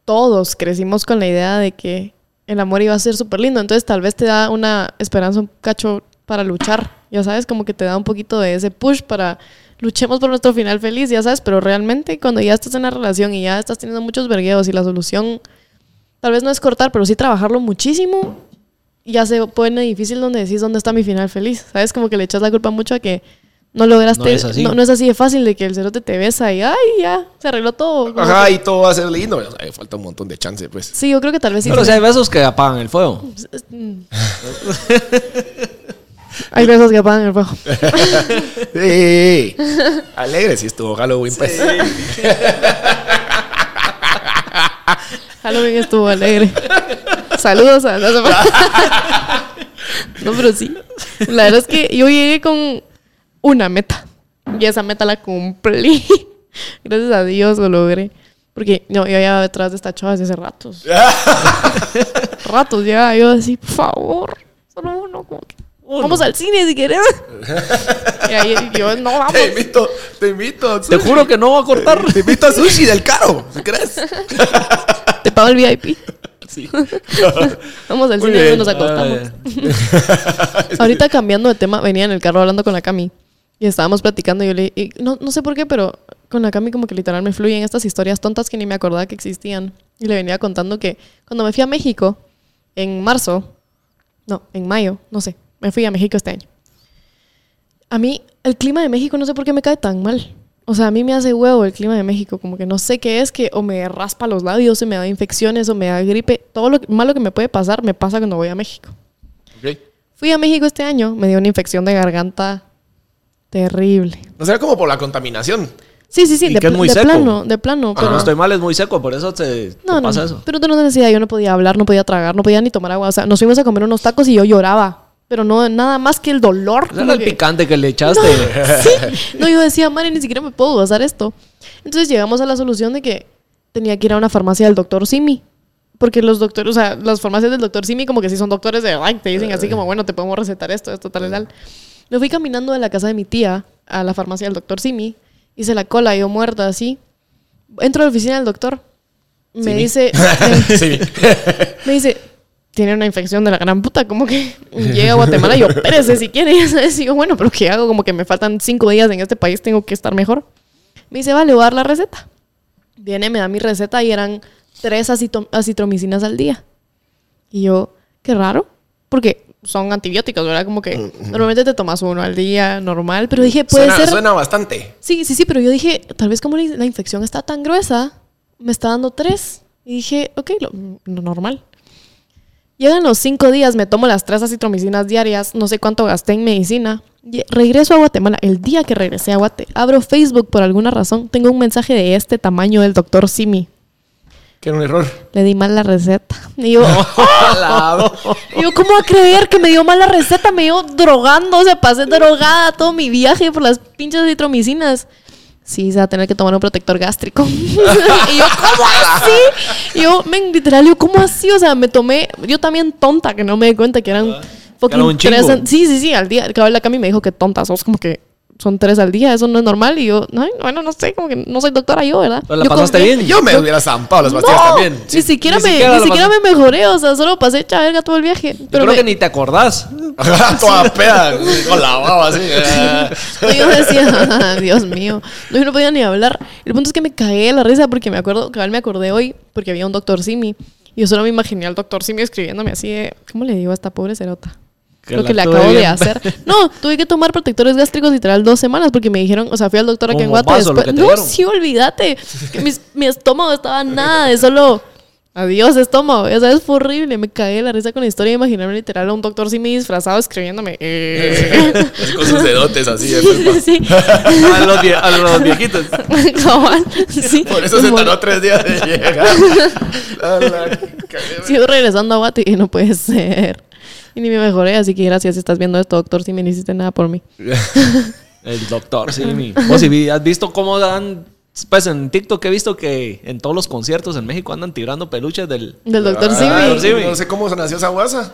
A: todos crecimos con la idea de que el amor iba a ser súper lindo. Entonces, tal vez te da una esperanza, un cacho para luchar. Ya sabes, como que te da un poquito de ese push para luchemos por nuestro final feliz, ya sabes. Pero realmente, cuando ya estás en la relación y ya estás teniendo muchos vergueos y la solución tal vez no es cortar, pero sí trabajarlo muchísimo, ya se pone difícil donde decís dónde está mi final feliz. ¿Sabes? Como que le echas la culpa mucho a que no lograste.
B: No es así.
A: no- no es así de fácil de que el cerote te besa y ay, ya, se arregló todo. Como
C: Ajá,
A: que-
C: y todo va a ser lindo. O sea, falta un montón de chance, pues.
A: Sí, yo creo que tal vez sí.
B: Pero si hay besos que apagan el fuego.
A: Mm. Hay besos que apagan el fuego. (laughs)
C: Sí. Alegre si estuvo Halloween, pues.
A: Halloween estuvo alegre. Saludos a no, no, pero sí. La verdad es que yo llegué con una meta. Y esa meta la cumplí. (laughs) Gracias a Dios lo logré. Porque no, yo ya detrás de esta chava desde hace ratos. ratos ya. Yo así, por favor. Solo uno, como que.
B: Uno.
A: Vamos al cine si querés. y ahí yo, no, vamos.
C: (laughs) Te invito, te invito. a
B: Te
C: sushi.
B: juro que no voy a cortar.
C: Te invito a sushi del caro, ¿sí ¿crees?
A: Te pago el VIP.
C: Sí.
A: (laughs) Vamos al
C: Muy
A: cine y
C: bien. Ah,
A: nos acostamos.
B: Ay.
C: (laughs)
A: Ahorita cambiando de tema, venía en el carro hablando con la Cami y estábamos platicando. Y yo le y no, no sé por qué, pero con la Cami como que literal me fluyen estas historias tontas que ni me acordaba que existían. Y le venía contando que cuando me fui a México en marzo, no, en mayo, no sé, me fui a México este año. A mí el clima de México no sé por qué me cae tan mal. O sea, a mí me hace huevo el clima de México, como que no sé qué es, que o me raspa los labios, o me da infecciones, o me da gripe. Todo lo que- malo que me puede pasar me pasa cuando voy a México.
C: Ok.
A: Fui a México este año, me dio una infección de garganta terrible.
C: No será como por la contaminación.
A: Sí, sí, sí,
B: Y
A: de,
B: que es
A: pl-
B: muy
A: de
B: seco.
A: plano, de plano.
B: Pero
A: Pero
B: no estoy mal, es muy seco, por eso te, te
A: no, no,
B: pasa
A: no.
B: eso.
A: Pero tú no te necesidad, yo no podía hablar, no podía tragar, no podía ni tomar agua. O sea, nos fuimos a comer unos tacos y yo lloraba. Pero no, nada más que el dolor.
B: O sea,
A: como
B: era el
A: que-
B: picante que le echaste. (laughs)
A: sí. No, yo decía, madre, ni siquiera me puedo pasar esto. Entonces llegamos a la solución de que tenía que ir a una farmacia del doctor Simi. Porque los doctores, o sea, las farmacias del doctor Simi como que sí son doctores de verdad, te dicen así como, bueno, te podemos recetar esto, esto, tal y tal. Me fui caminando de la casa de mi tía a la farmacia del doctor Simi. Hice la cola, yo muerta así. Entro a la oficina del doctor. Me dice...
B: (laughs)
C: Sí.
A: Me dice, tiene una infección de la gran puta, como
C: (laughs)
A: que llega a Guatemala y yo, espérese si quiere, (laughs) ya sabes. Y yo, bueno, pero ¿qué hago? Como que me faltan cinco días en este país, tengo que estar mejor. Me dice, vale, voy a dar la receta. Viene, me da mi receta y eran tres acito- acitromicinas al día. Y yo, qué raro, porque son antibióticos, ¿verdad? Como que normalmente te tomas uno al día, normal, pero dije, puede
C: Suena,
A: ser...
C: suena bastante.
A: Sí, sí, sí, pero yo dije, tal vez como la la infección está tan gruesa, me está dando tres. Y dije, ok, lo, lo normal. Llegan los cinco días, me tomo las tres acitromicinas diarias, no sé cuánto gasté en medicina. Ye- Regreso a Guatemala. El día que regresé a Guate, abro Facebook por alguna razón, tengo un mensaje de este tamaño del doctor Simi.
C: Que era un error.
A: Le di mal la receta. (laughs) Y yo, (laughs)
B: Alado.
A: y yo, ¿cómo va a creer que me dio mala receta? Me dio drogando, o sea, pasé drogada todo mi viaje por las pinches citromicinas. Sí, se va a tener que tomar un protector gástrico. (laughs) y yo, ¿cómo así? Y yo, men, literal, yo, ¿cómo así? O sea, me tomé, yo también tonta, que no me di cuenta que eran fucking
B: Ah, un chingo.
A: tres. an- Sí, sí, sí, al día. Claro, la Cami me dijo que tonta, sos como que son tres al día, eso no es normal. Y yo, ay, bueno, no sé, como que no soy doctora yo, ¿verdad?
B: Pero la
A: Yo
B: pasaste
A: confié-
B: bien.
C: Yo me hubiera zampado las pastillas
A: No, (laughs)
C: también.
A: Ni siquiera,
B: ni
A: me,
B: siquiera
A: ni
B: la
A: siquiera me mejoré, o sea, solo pasé hecha verga todo el viaje.
B: Yo
A: Pero
B: creo
A: me-
B: que ni te (laughs) acordás.
C: Toda peda, con la baba así. eh.
A: (laughs) No, yo decía, (laughs) Dios mío, no, yo no podía ni hablar. El punto es que me cagué de la risa porque me acuerdo, cabal me acordé hoy porque había un doctor Simi y yo solo me imaginé al doctor Simi escribiéndome así de, ¿cómo le digo a esta pobre cerota?
B: Que
A: Lo
B: la
A: que le
B: tuve
A: acabo de
B: bien.
A: hacer. No, tuve que tomar protectores gástricos literal dos semanas porque me dijeron, o sea, fui al doctor aquí en
B: Un
A: Guate.
B: bombazo lo
A: Después,
B: que te
A: no,
B: dieron.
A: sí, olvídate. Que mis- mi estómago estaba nada de solo Adiós, estómago. O sea, es horrible. Me cagué de la risa con la historia de imaginarme literal a un doctor simi disfrazado escribiéndome. eh.
B: (laughs)
C: Así con sus dedotes así. eh, pues,
A: sí,
C: (laughs)
A: sí.
B: A los, vie- a los viejitos.
A: (laughs) Cabal, sí.
C: Por eso se
A: Como-
C: tardó tres días de
A: (laughs)
C: llegar. A la-
A: Sigo regresando a Guate y no puede ser. Y ni me mejoré, así que gracias si estás viendo esto, doctor, si me no hiciste nada por mí.
B: El doctor, sí. mi- Vos sí vi- has visto cómo dan. Pues en TikTok he visto que en todos los conciertos en México andan tirando peluches del
A: Del doctor
C: Ah,
A: Simi.
B: sí. Simi.
C: No sé cómo se nació esa guasa.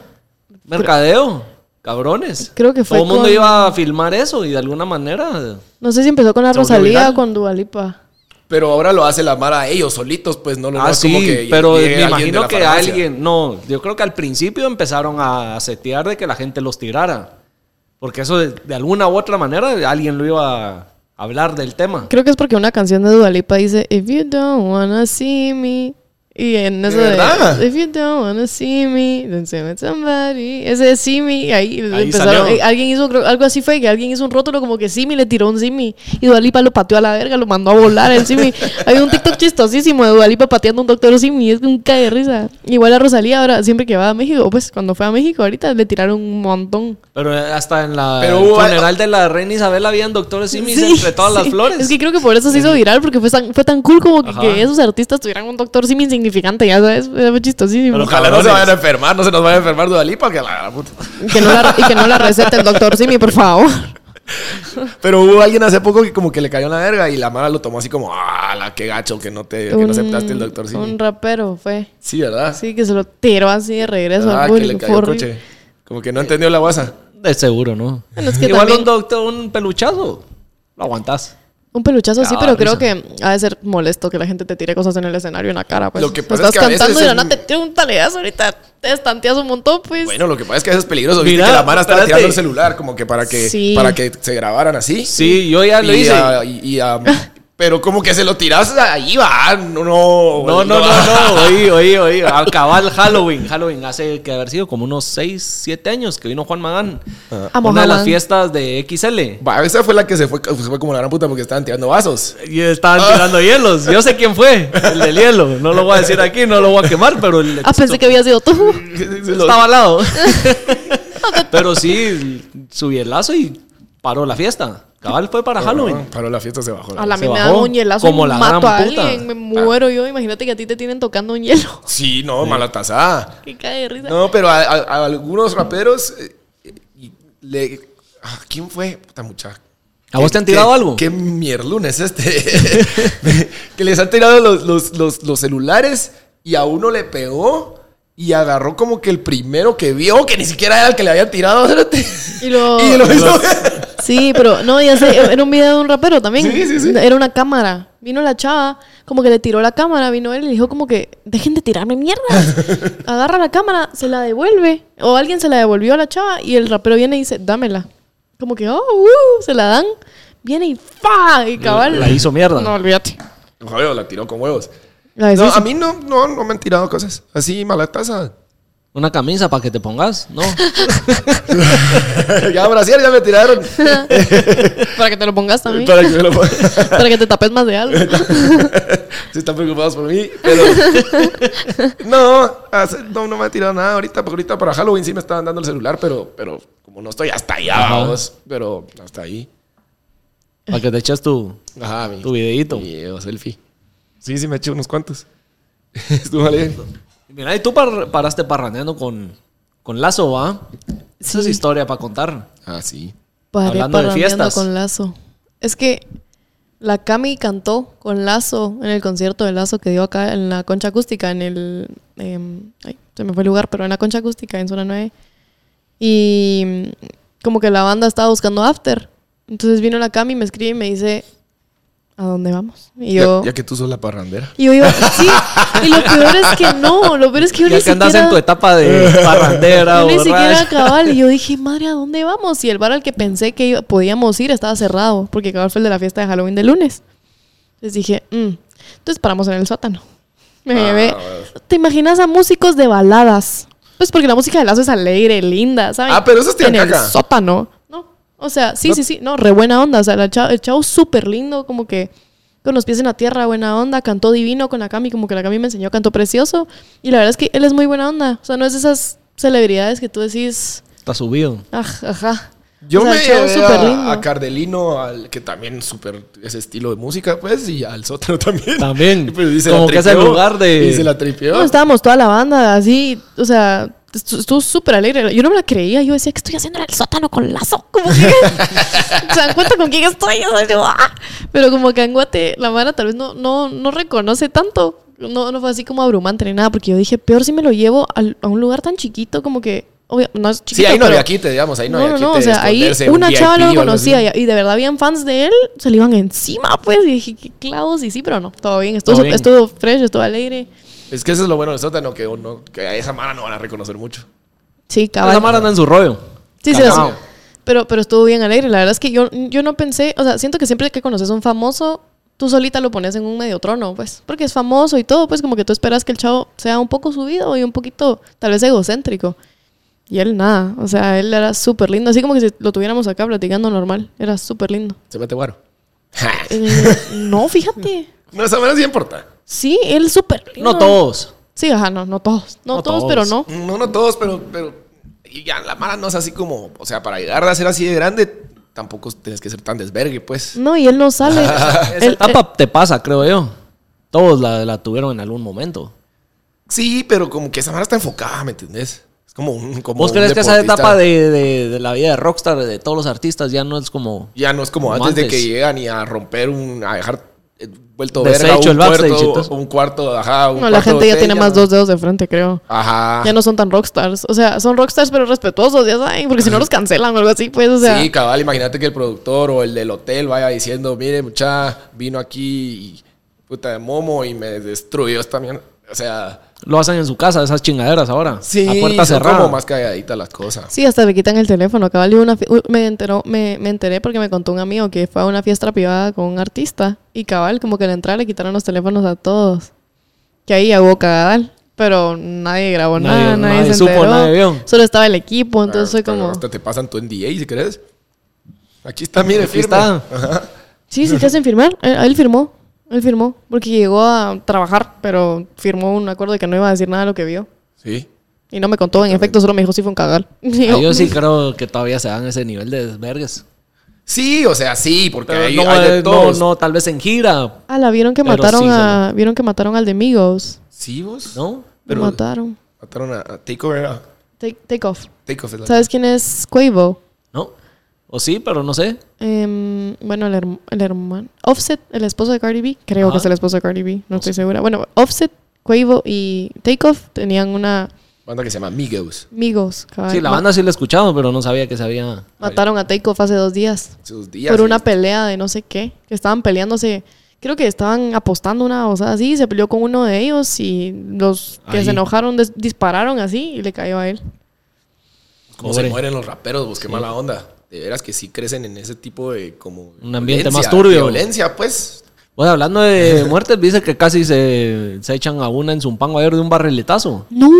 B: mercadeo. Cabrones.
A: Creo que fue
B: Todo el mundo
A: con-
B: iba a filmar eso y de alguna manera.
A: No sé si empezó con la
B: Se volvió
A: Rosalía
B: viral.
A: o con Dualipa.
C: Pero ahora lo hace la Mara ellos solitos, pues no lo no
B: ah,
C: es como que
B: sí, pero
C: llegue
B: me
C: alguien de
B: imagino
C: la
B: que
C: farmacia.
B: alguien. No, yo creo que al principio empezaron a setear de que la gente los tirara. Porque eso de, de alguna u otra manera alguien lo iba a hablar del tema.
A: Creo que es porque una canción de Dualipa dice If you don't wanna see me. Y en eso
C: ¿De
A: de,
C: verdad?
A: If you don't wanna see me, then see me somebody. Ese es Simi. Ahí, empezaron.
B: salió.
A: eh, alguien hizo, creo- algo así fue que alguien hizo un rótulo como que Simi le tiró un Simi. Y Dualipa lo pateó a la verga, lo mandó a volar el Simi. Hay un TikTok chistosísimo de Dualipa pateando a un doctor Simi. Es un cae de risa. Igual a Rosalía ahora, siempre que va a México, pues cuando fue a México ahorita le tiraron un montón.
B: Pero hasta en la
C: Pero
B: el
C: hubo-
B: funeral de la reina Isabel habían doctores simis
A: Sí, (laughs)
B: entre todas las
A: sí.
B: flores.
A: Es que creo que por eso se hizo viral, porque fue tan, fue tan cool como que,
B: Ajá.
A: que esos artistas tuvieran un doctor simi insignificante, ya sabes, era muy chistosísimo.
B: Pero
C: Ojalá no se
B: Cabrones.
C: vayan a enfermar, no se nos vaya a enfermar Dudalipa, que la puta.
A: Y que no la, y que no la recete el doctor simi, por favor.
C: Pero hubo alguien hace poco que como que le cayó en la verga y la Mara lo tomó así como, ah, la que gacho que no te que no aceptaste el doctor Simi.
A: Un rapero fue.
C: Sí, ¿verdad?
A: Sí, que se lo tiró así de regreso
C: ah,
A: al
C: que le
A: público.
C: cayó
A: fue
C: el
A: horrible.
C: coche. Como que no entendió la guasa.
B: De seguro, ¿no?
A: Bueno, es que
B: Igual
A: también-
B: un doctor, un peluchazo, lo aguantás.
A: Un peluchazo así,
B: Ah,
A: pero
B: risa.
A: creo que ha de ser molesto que la gente te tire cosas en el escenario en la cara. Pues.
C: Lo que pasa
A: Estás
C: es que a veces
A: cantando y
C: es
A: la nada
C: un-
A: te tira un talegazo ahorita. Te estanteas un montón, pues.
C: Bueno, lo que pasa es que eso es peligroso, viste
B: Mira,
C: que la Mara estaba
B: espérate.
C: tirando el celular como que para que
A: Sí.
C: para que se grabaran así.
B: Sí, yo ya lo
C: Y
B: hice.
C: a- y- y a- pero como que se lo tiras ahí va, no no
B: No, no, no, no, oí, oí, (laughs) oí. Al cabal Halloween, Halloween hace que haber sido como unos 6, 7 años que vino Juan Magán.
A: Ah. Amo
B: Una de las
A: Magán.
B: fiestas de XL.
C: Va, esa fue la que se fue, se fue como la gran puta porque estaban tirando vasos.
B: Y estaban tirando hielos. Yo sé quién fue, el del hielo. No lo voy a decir aquí, no lo voy a quemar, pero el-
A: ah, pensé que había sido tú.
B: estaba al
A: (laughs)
B: lado. pero sí, subí el lazo y paró la fiesta. Cabal fue para Halloween.
C: Ah, Paró la fiesta, se bajó. la-
A: A la
B: Se
A: mía me
B: bajó
A: dan un hielazo
B: como
A: y
B: la
A: mato
B: gran
A: a
B: puta.
A: alguien. Me muero yo. Imagínate que a ti te tienen tocando un hielo. (laughs)
C: Sí, no, mala tasada.
A: Que cae de risa.
C: No, pero a, a- a algunos raperos eh, y le ah, ¿Quién fue? Puta muchacha.
B: ¿A vos te han tirado algo?
C: ¿Qué mierlun es este? (laughs) que les han tirado los, los- los- los celulares y a uno le pegó y agarró como que el primero que vio, que ni siquiera era el que le había tirado. espérate.
A: Y lo-
C: (laughs) Y lo hizo.
A: Sí, pero no, ya sé. Era un video de un rapero también.
C: Sí, sí, sí.
A: Era una cámara. Vino la chava, como que le tiró la cámara. Vino él y le dijo, como que dejen de tirarme
B: (laughs)
A: mierda. Agarra la cámara, se la devuelve. O alguien se la devolvió a la chava y el rapero viene y dice, dámela. Como que, oh, uh, se la dan. Viene y fa Y cabal.
B: La hizo mierda.
A: No, olvídate.
C: Joder, la tiró con huevos.
A: La
C: No,
A: deshizo.
C: a mí no, no, no me han tirado cosas. Así, mala taza.
B: Una camisa para que te pongas, ¿no?
C: (laughs) ya, Brasil, ya
A: (laughs)
C: me tiraron.
A: Para que te lo pongas también.
C: Para que me lo ponga.
A: Para que te tapes más de algo.
C: (laughs) Si están preocupados por mí,
B: (laughs)
C: pero. no, hace- no, no me ha tirado nada ahorita, porque ahorita para Halloween sí me estaban dando el celular, pero, pero como no estoy hasta allá,
B: Ajá.
C: vamos, pero hasta ahí.
B: Para que te echas tu,
C: Ajá, mi.
B: tu videíto.
C: video, selfie. Sí, sí, me eché unos cuantos. (laughs) Estuvo alegre.
B: Mira, y tú par- paraste parraneando con, con Lazo, ¿va? Esa es historia para contar.
C: Ah, sí.
A: Paré
B: Hablando de
A: parrandeando
B: fiestas.
A: con Lazo. Es que la Cami cantó con Lazo en el concierto de Lazo que dio acá en la Concha Acústica, en el... em, ay, se me fue el lugar, pero en la Concha Acústica, en Zona 9. Y mm, como que la banda estaba buscando after. Entonces vino la Cami, me escribe y me dice, ¿a dónde vamos? Y yo...
C: Ya, ya que tú sos la parrandera.
A: Y yo iba, sí, y lo peor es que no, lo peor es que yo
B: (laughs) Ya
A: ni
B: que andas
A: siquiera-
B: en tu etapa
A: (laughs)
B: de parrandera,
A: yo ni siquiera
B: borracha.
A: cabal. Y yo dije, madre, ¿a dónde vamos? Y el bar al que pensé que iba- podíamos ir estaba cerrado, porque cabal fue el de la fiesta de Halloween de lunes. Entonces dije, mm. entonces paramos en el sótano. Me
C: Ah,
A: llevé.
C: bueno.
A: ¿Te imaginas a músicos de baladas? Pues porque la música de Lazo es alegre, linda, ¿sabes?
C: Ah, pero esos tiran
A: En el
C: caca.
A: sótano. No. O sea, sí, sí, sí. No, re buena onda. O sea, la chao- el chavo súper lindo, como que con los pies en la tierra, buena onda, cantó divino con la Cami, como que la Cami me enseñó, cantó precioso. Y la verdad es que él es muy buena onda. O sea, no es de esas celebridades que tú decís,
B: Está subido.
A: aj, ajá.
C: Yo
A: O sea,
C: me
A: el show
C: llevé
A: súper
C: a,
A: lindo.
C: a Cardelino, al que también súper ese estilo de música, pues, y al sótano (laughs) también.
B: También.
C: Pues, y se la
B: Como que es el
C: tripeó,
B: lugar de-
C: Y se la tripeó.
A: No, estábamos toda la banda así, o sea, estu- estuvo súper alegre. Yo no me la creía, yo decía que estoy haciendo en el sótano con lazo. Como que (laughs) se dan cuenta con quién estoy. Yo soy yo, "Ah". Pero como que en Guate la mara tal vez no, no, no reconoce tanto. No, no fue así como abrumante ni nada, porque yo dije, peor si me lo llevo al- a un lugar tan chiquito, como que. obvio, no es chiquito,
C: sí, ahí
A: pero-
C: no había quite, digamos, ahí no, había quite.
A: o sea, ahí
C: esconderse en un
A: una chava no
C: VIP
A: lo
C: o algo así.
A: conocía y, y de verdad habían fans de él, se le iban encima, pues, y dije, qué clavos, y sí, pero no, todo bien, estuvo,
B: Todo bien.
A: estuvo fresh, estuvo alegre.
C: Es que eso es lo bueno del sótano, que, uno, que a esa mara no van a reconocer mucho.
A: Sí,
B: Esa
A: cabal.
B: mara anda en su rollo.
A: Sí, sí,
B: Cacao.
A: sí. Pero, pero estuvo bien alegre. La verdad es que yo, yo no pensé, o sea, siento que siempre que conoces a un famoso, tú solita lo pones en un medio trono, pues, porque es famoso y todo, pues como que tú esperas que el chavo sea un poco subido y un poquito, tal vez, egocéntrico. Y él nada, o sea, él era súper lindo, así como que si lo tuviéramos acá platicando normal, era súper lindo.
C: Se mete guaro. (laughs)
A: Eh, (laughs) no, fíjate.
C: no, esa mara sí importa.
A: Sí, él súper lindo.
B: No todos.
A: Sí, ajá, no, no todos. No,
B: No
A: todos,
B: todos.
A: pero no.
C: No, no todos, pero, pero y ya, la mara no es así como, o sea, para llegar a ser así de grande, tampoco tienes que ser tan desvergue, pues.
A: No, y él no sale.
B: (laughs) Esa
A: Él- eh,
B: etapa te pasa, creo yo. Todos la, la tuvieron en algún momento.
C: Sí, pero como que esa mara está enfocada, ¿me entendés? Es como un como
B: ¿Vos
C: un
B: crees que esa
C: deportista.
B: etapa de, de- de la vida de rockstar, de todos los artistas, ya no es como...
C: Ya no es como,
B: Como
C: antes, de
B: antes.
C: que llegan y a romper un, a dejar eh, vuelto
B: Deshecho
C: verga
B: el
C: un
B: backstage,
C: cuarto,
B: entonces.
C: un cuarto, ajá, un
A: No, la
C: cuarto
A: gente ya
C: hotel,
A: tiene más
C: no-
A: dos dedos de frente, creo.
B: Ah.
C: Ajá.
A: Ya no son tan rockstars. O sea, son rockstars pero respetuosos, ya saben, porque si no los cancelan o algo así, pues, o sea.
C: sí, cabal, imagínate que el productor o el del hotel vaya diciendo, mire, mucha, vino aquí y, puta de momo y me destruyó esta mierda. O sea,
B: Lo hacen en su casa, esas chingaderas ahora.
C: sí,
B: A puerta
C: son
B: cerrada.
C: como más calladita las cosas.
A: Sí, hasta me quitan el teléfono. Cabal, iba a una fie- uy, me, enteró, me, me enteré porque me contó un amigo que fue a una fiesta privada con un artista y cabal, como que al entrar le quitaron los teléfonos a todos. Que ahí hubo cagadal, pero nadie grabó
B: Nadie-
A: nada, nadie,
B: nadie
A: se
B: supo,
A: enteró.
B: nadie vio.
A: Solo estaba el equipo, entonces soy
C: Ah, pero
A: como...
C: Hasta te pasan tu NDA si crees. Aquí está, mire,
B: Aquí
C: aquí
B: está.
A: Sí, sí te hacen firmar. Él, él firmó. Él firmó. Porque llegó a trabajar, pero firmó un acuerdo de que no iba a decir nada de lo que vio.
C: Sí.
A: Y no me contó, en efecto, solo me dijo si fue un cagal. Y
B: Ah, (laughs) Yo sí creo que todavía se dan ese nivel de desvergues.
C: Sí, o sea, sí, porque
B: Pero
C: hay,
B: no,
C: hay de
B: eh, no,
C: todos.
B: no, tal vez en gira,
A: Ah, la vieron que
B: Pero
A: mataron
B: sí,
A: a. Vieron que mataron al de Migos.
C: Sí, vos.
B: ¿no?
A: Lo
C: Pero-
A: mataron.
C: Mataron a, a Takeover. a-
A: Take, take off.
C: Takeoff es la-
A: ¿Sabes quién es Quavo?
B: ¿No? O sí, pero no sé.
A: Em, bueno, el, herm- el hermano. Offset, el esposo de Cardi B. Creo
B: Ajá.
A: que es el esposo de Cardi B. No estoy segura. Bueno, Offset, Quavo y Take off tenían una.
C: banda que se llama Migos.
A: Migos. cabal.
B: Sí, la
A: Ma-
B: banda sí la he escuchado, pero no sabía que se había...
A: Mataron a Take off hace dos días.
C: Sus días.
A: por
C: sí.
A: una pelea de no sé qué, que estaban peleándose, creo que estaban apostando una cosa así, y se peleó con uno de ellos y los que
B: Ahí.
A: se enojaron des- dispararon así y le cayó a él.
C: Como
B: Pobre.
C: se mueren los raperos, vos qué mala onda. De veras que sí crecen en ese tipo de como.
B: Un ambiente más
C: violencia,
B: turbio.
C: Violencia, pues.
B: Bueno, hablando
C: (laughs)
B: de muertes, dice que casi se, se echan a una en Zumpango ayer de un
A: (laughs)
B: barriletazo.
A: ¡No!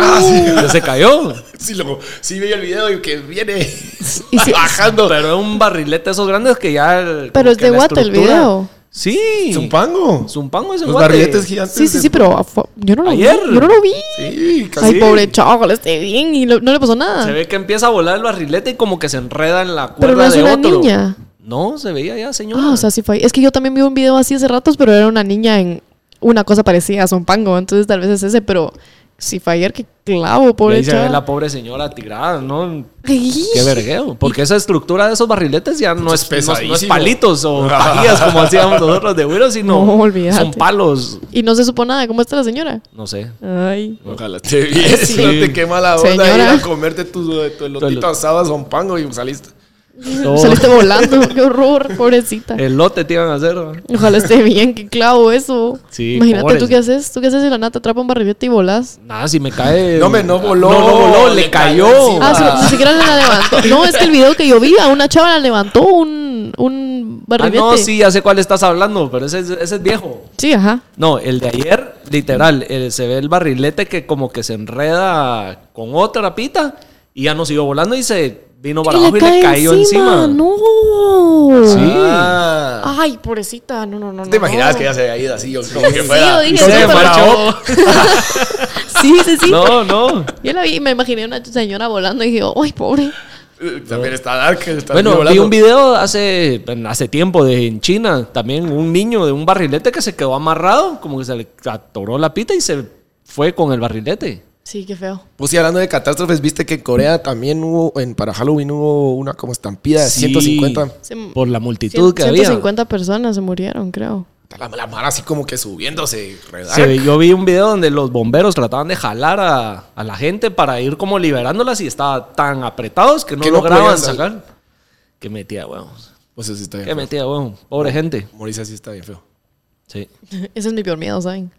C: Ah, sí. (laughs)
B: Que se cayó.
C: Sí, lo, sí veía el video y que viene (laughs)
A: Y sí-
C: bajando.
B: Pero era un barrilete esos grandes que ya... el-
A: Pero
B: como
A: es
B: que
A: de
B: la
A: Guate el
B: estructura-
A: video.
B: Sí.
C: Zumpango.
B: Zumpango es en
C: Los
B: Guate.
C: barriletes gigantes.
A: Sí, sí,
C: de-
A: sí, pero afu- yo no lo
B: Ayer.
A: vi. Yo no lo vi.
C: Sí,
A: Ay,
C: casi.
A: pobre chavo, le esté bien y lo- no le pasó
B: Se
A: nada.
B: ve que empieza a volar el barrilete y como que se enreda en la cuerda
A: Pero no es
B: de
A: una
B: otro.
A: niña.
B: No, se veía ya, señor.
A: Ah, o sea, sí fue. ahí. Es que yo también vi un video así hace ratos, pero era una niña en una cosa parecida a Zompango, entonces tal vez es ese, pero si fue ayer, que clavo,
B: y
A: pobre
B: ahí se ve
A: chava.
B: la pobre señora tirada, ¿no?
A: Ay.
B: Qué vergueo. Porque esa estructura de esos barriletes ya no
C: Pues
B: es, no-
C: es
B: no, es
C: pesadísimo.
B: palitos
C: (laughs)
B: o pajillas como hacíamos nosotros de güero, sino
A: No, olvídate.
B: son palos.
A: Y no se supo nada. ¿Cómo está la señora? (laughs)
B: No sé.
A: Ay.
C: Ojalá te vies,
B: Sí.
C: no te quema la onda
A: Señora.
C: ir a comerte tu, tu elotito
B: elote.
C: asado a Zumpango y saliste.
B: No.
A: Saliste volando.
B: (laughs)
A: Qué horror, pobrecita.
B: Elote te iban a hacer. ¿no?
A: Ojalá esté bien, qué clavo eso.
B: Sí,
A: Imagínate
B: pobres.
A: tú qué haces. ¿Tú qué haces si la nata atrapa un barrilete y volás?
B: Nada, si me cae.
C: No, hombre, no voló.
B: No, no voló, le
C: Le
B: cayó.
C: cayó
A: Ah,
C: Ah.
A: sí, pero ni siquiera la levantó. No, es que el video que yo vi, a una chava la levantó un, un
B: Ah,
A: barrilete.
B: no, sí, ya sé cuál estás hablando, pero ese, es- ese es viejo.
A: Sí, ajá.
B: No, el de ayer, literal, eh, se ve el barrilete que como que se enreda con otra pita y ya nos siguió volando y se vino para abajo y le cayó encima.
A: No.
B: Sí.
C: Ah.
A: Ay, pobrecita. No, no, no.
C: ¿Te
A: no.
C: imaginas que ya se había ido así? Yo, como que
A: Ah. sí,
C: fuera.
A: yo dije,
C: como
A: no,
C: que
A: pero-
C: fuera
B: marchó.
A: Sí, sí, sí.
B: (laughs) No, no.
A: Yo la vi y me imaginé una señora volando y dije, ay, pobre.
C: vos. También está Dark. Está
B: Bueno, vi
C: volando.
B: un video hace, hace tiempo de en China, también un niño de un barrilete que se quedó amarrado, como que se le atoró la pita y se fue con el barrilete.
A: Sí, qué feo.
C: Pues sí, hablando de catástrofes, viste que en Corea también hubo, en, para Halloween hubo una como estampida de
B: Sí.
C: 150.
A: Se-
B: Por la
A: Cien-
B: multitud que
A: 150 personas se murieron, creo. (laughs)
C: La, la mara así como que subiéndose,
B: había. Se ve- yo vi un video donde los bomberos trataban de jalar a, a la gente para ir como liberándolas y estaba tan apretados que no
C: Que no
B: lograban
C: podían salir.
B: sacar. Qué metida, huevón.
C: Pues eso sí está bien.
B: Qué
C: feo.
B: metida, huevón. Pobre gente.
C: Morirse así está bien feo.
B: Sí.
A: Ese es mi peor miedo, ¿saben?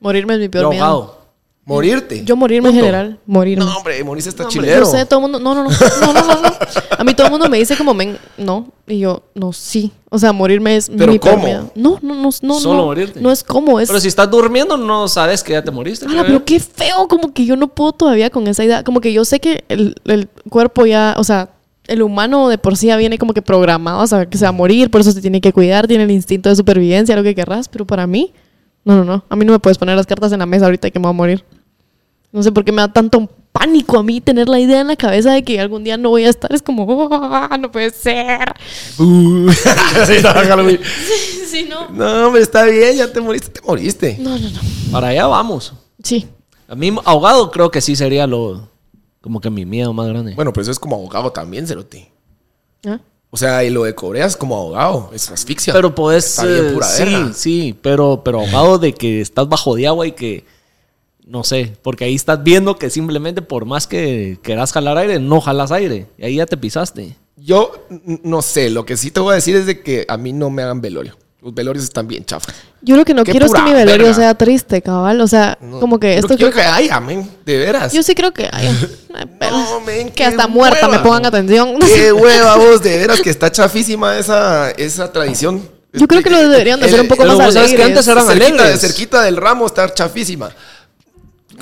A: Morirme es mi peor
B: Yo
A: miedo.
B: ahogado.
C: Morirte.
A: Yo morirme en general. Morirme.
C: No, hombre, morirse está
A: No, hombre,
C: chilero.
A: Yo sé, todo el mundo. No, no, no. No, no, no. no. A mí todo el mundo me dice como, men, no. Y yo, no, sí. O sea, morirme es
C: ¿Pero
A: mi peor
C: cómo?
A: miedo. No, no, no. no
B: Solo
A: no,
B: morirte.
A: No es como, es.
B: Pero si estás durmiendo, no sabes que ya te moriste.
A: Ala,
B: creo yo.
A: Ah, pero qué feo, como que yo no puedo todavía con esa idea. Como que yo sé que el, el cuerpo ya, o sea, el humano de por sí ya viene como que programado a saber que se va a morir, por eso se tiene que cuidar, tiene el instinto de supervivencia, lo que querrás, pero para mí, no, no, no. A mí no me puedes poner las cartas en la mesa ahorita que me voy a morir. No sé por qué me da tanto pánico a mí tener la idea en la cabeza de que algún día no voy a estar. Es como, (laughs) "Ah, no puede ser.
C: (laughs) Así Uh. está Halloween.
A: (laughs) sí, no.
C: No, hombre, está bien, ya te moriste, te moriste.
A: No, no, no.
B: Para allá vamos.
A: Sí.
B: A mí ahogado creo que sí sería lo... Como que mi miedo más grande.
C: Bueno, pero eso es como ahogado también, Cerote.
A: ¿Ah?
C: O sea, y lo de Corea es como ahogado, es asfixia.
B: pero podés...
C: Está bien
B: eh,
C: pura
B: sí,
C: verga.
B: sí. Pero, pero ahogado de que estás bajo de agua y que... No sé. Porque ahí estás viendo que simplemente por más que querás jalar aire, no jalas aire. Y ahí ya te pisaste.
C: Yo n- no sé, lo que sí te voy a decir es de que a mí no me hagan velorio. Los velorios están bien chafas.
A: Yo lo que no
C: Qué
A: quiero es que
C: pura
A: mi velorio
C: verga.
A: sea triste, cabal. O sea,
C: No,
A: como que
C: yo
A: esto
C: no quiero que haya, men, de veras.
A: Yo sí creo que. ay,
C: (laughs)
A: ay, pero-
C: men,
A: que
C: qué
A: hasta muerta
C: hueva.
A: me pongan atención.
C: (laughs) Qué hueva vos, de veras que está chafísima esa, esa tradición.
A: (laughs) Yo creo que lo deberían de hacer un poco
B: Pero
A: más
B: vos sabes
A: alegres.
B: que antes eran
C: cerquita,
B: alegres.
C: cerquita del ramo está chafísima.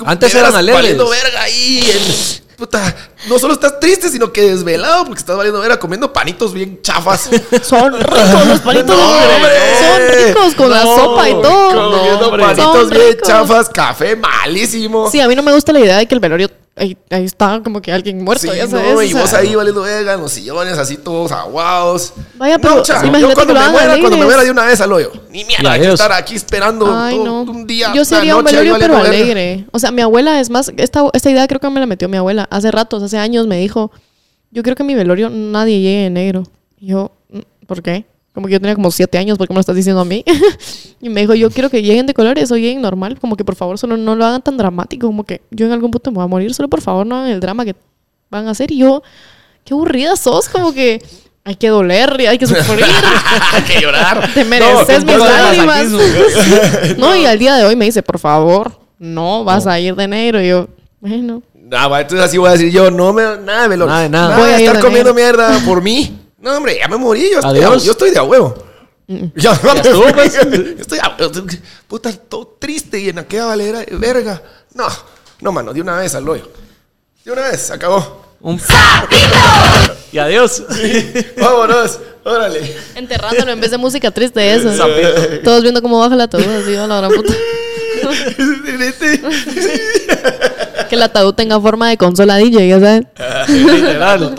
B: Antes
C: De veras,
B: eran alegres.
C: Valiendo verga ahí. en- puta, no solo estás triste, sino que desvelado porque estás valiendo verga comiendo panitos bien chafas.
A: (laughs)
C: (laughs)
A: Son ricos los palitos.
C: No, hombre.
A: son ricos con la
B: No,
A: sopa y todo.
B: (laughs)
C: comiendo
B: hombre.
C: panitos
A: Son
C: bien
A: ricos.
C: chafas, café malísimo.
A: Sí, a mí no me gusta la idea de que el velorio. Ahí, ahí está como que alguien muerto,
C: Sí,
A: ya sabes.
C: no,
A: o
C: y
A: sea,
C: vos ahí valiendo verga, en los sillones así todos aguados.
A: Vaya,
C: No,
A: pero
C: cha,
A: imagínate
C: yo
A: que
C: cuando
A: lo
C: me
A: hagan
C: muera, cuando me
A: alegres.
C: muera de una vez al hoyo. Ni mierda,
B: Ya,
C: hay que
B: Dios.
C: estar aquí esperando
A: Ay,
C: todo-
A: no.
C: un día.
A: Yo sería un
C: una noche ahí
A: velorio, pero
C: valiendo verga. (laughs)
A: alegre. O sea, mi abuela, es más, esta, esta idea creo que me la metió mi abuela. Hace ratos, hace años me dijo: Yo creo que mi velorio nadie llegue de negro. Y yo, "Mm, ¿por qué? Como que yo tenía como siete años, ¿por qué me lo estás diciendo a mí? (laughs) y me dijo: Yo quiero que lleguen de colores o lleguen normal. Como que por favor, solo no lo hagan tan dramático. Como que yo en algún punto me voy a morir. Solo por favor, no hagan el drama que van a hacer. Y yo, qué aburrida sos. Como que hay que doler y hay que
C: (laughs)
A: sufrir.
C: Hay que llorar.
A: (laughs) Te mereces mis
B: No, con
A: lágrimas. (laughs) no, y al día de hoy me dice, por favor, no vas a ir de negro. Y yo, bueno.
C: Ah, va, entonces así voy a decir yo, no me nada de velorio.
B: Nada de nada.
A: Voy
C: de
A: a ir
C: estar
A: de
C: comiendo mierda por mí. No, hombre, ya me morí, yo estoy, a,
B: Adiós.
C: yo estoy de a huevo. Ya, me
B: estuvo,
C: fui,
B: pues.
C: yo (laughs) estoy a huevo. Puta, todo triste y en aquella valera, eh, verga. No, no, mano, de una vez al hoyo. De una vez, se acabó.
B: Un... y adiós. (laughs)
C: Vámonos, órale.
A: Enterrándolo en vez de música triste, eso.
B: Eh,
C: (laughs)
A: Todos viendo cómo baja el ataúd, así, a la gran (laughs) puta. Que el ataúd tenga forma de consola DJ, ya saben.
B: Literal.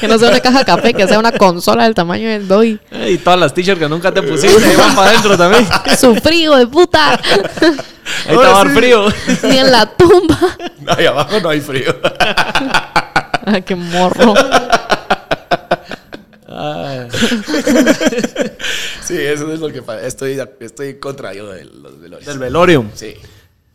A: Que no sea una caja de café, que sea una consola del tamaño del doy.
B: Y todas las t-shirts que nunca te pusiste ahí van para adentro también.
A: Sufrido de (laughs) puta.
B: Ahí
C: Ahora
B: estaba
C: sí.
B: frío.
A: Ni en la tumba.
C: Ahí abajo no hay frío.
A: Ah, qué morro.
B: Ah,
C: Sí, eso es lo que pasa. Estoy, estoy en contra yo de los velorios.
B: del velorio.
C: Sí.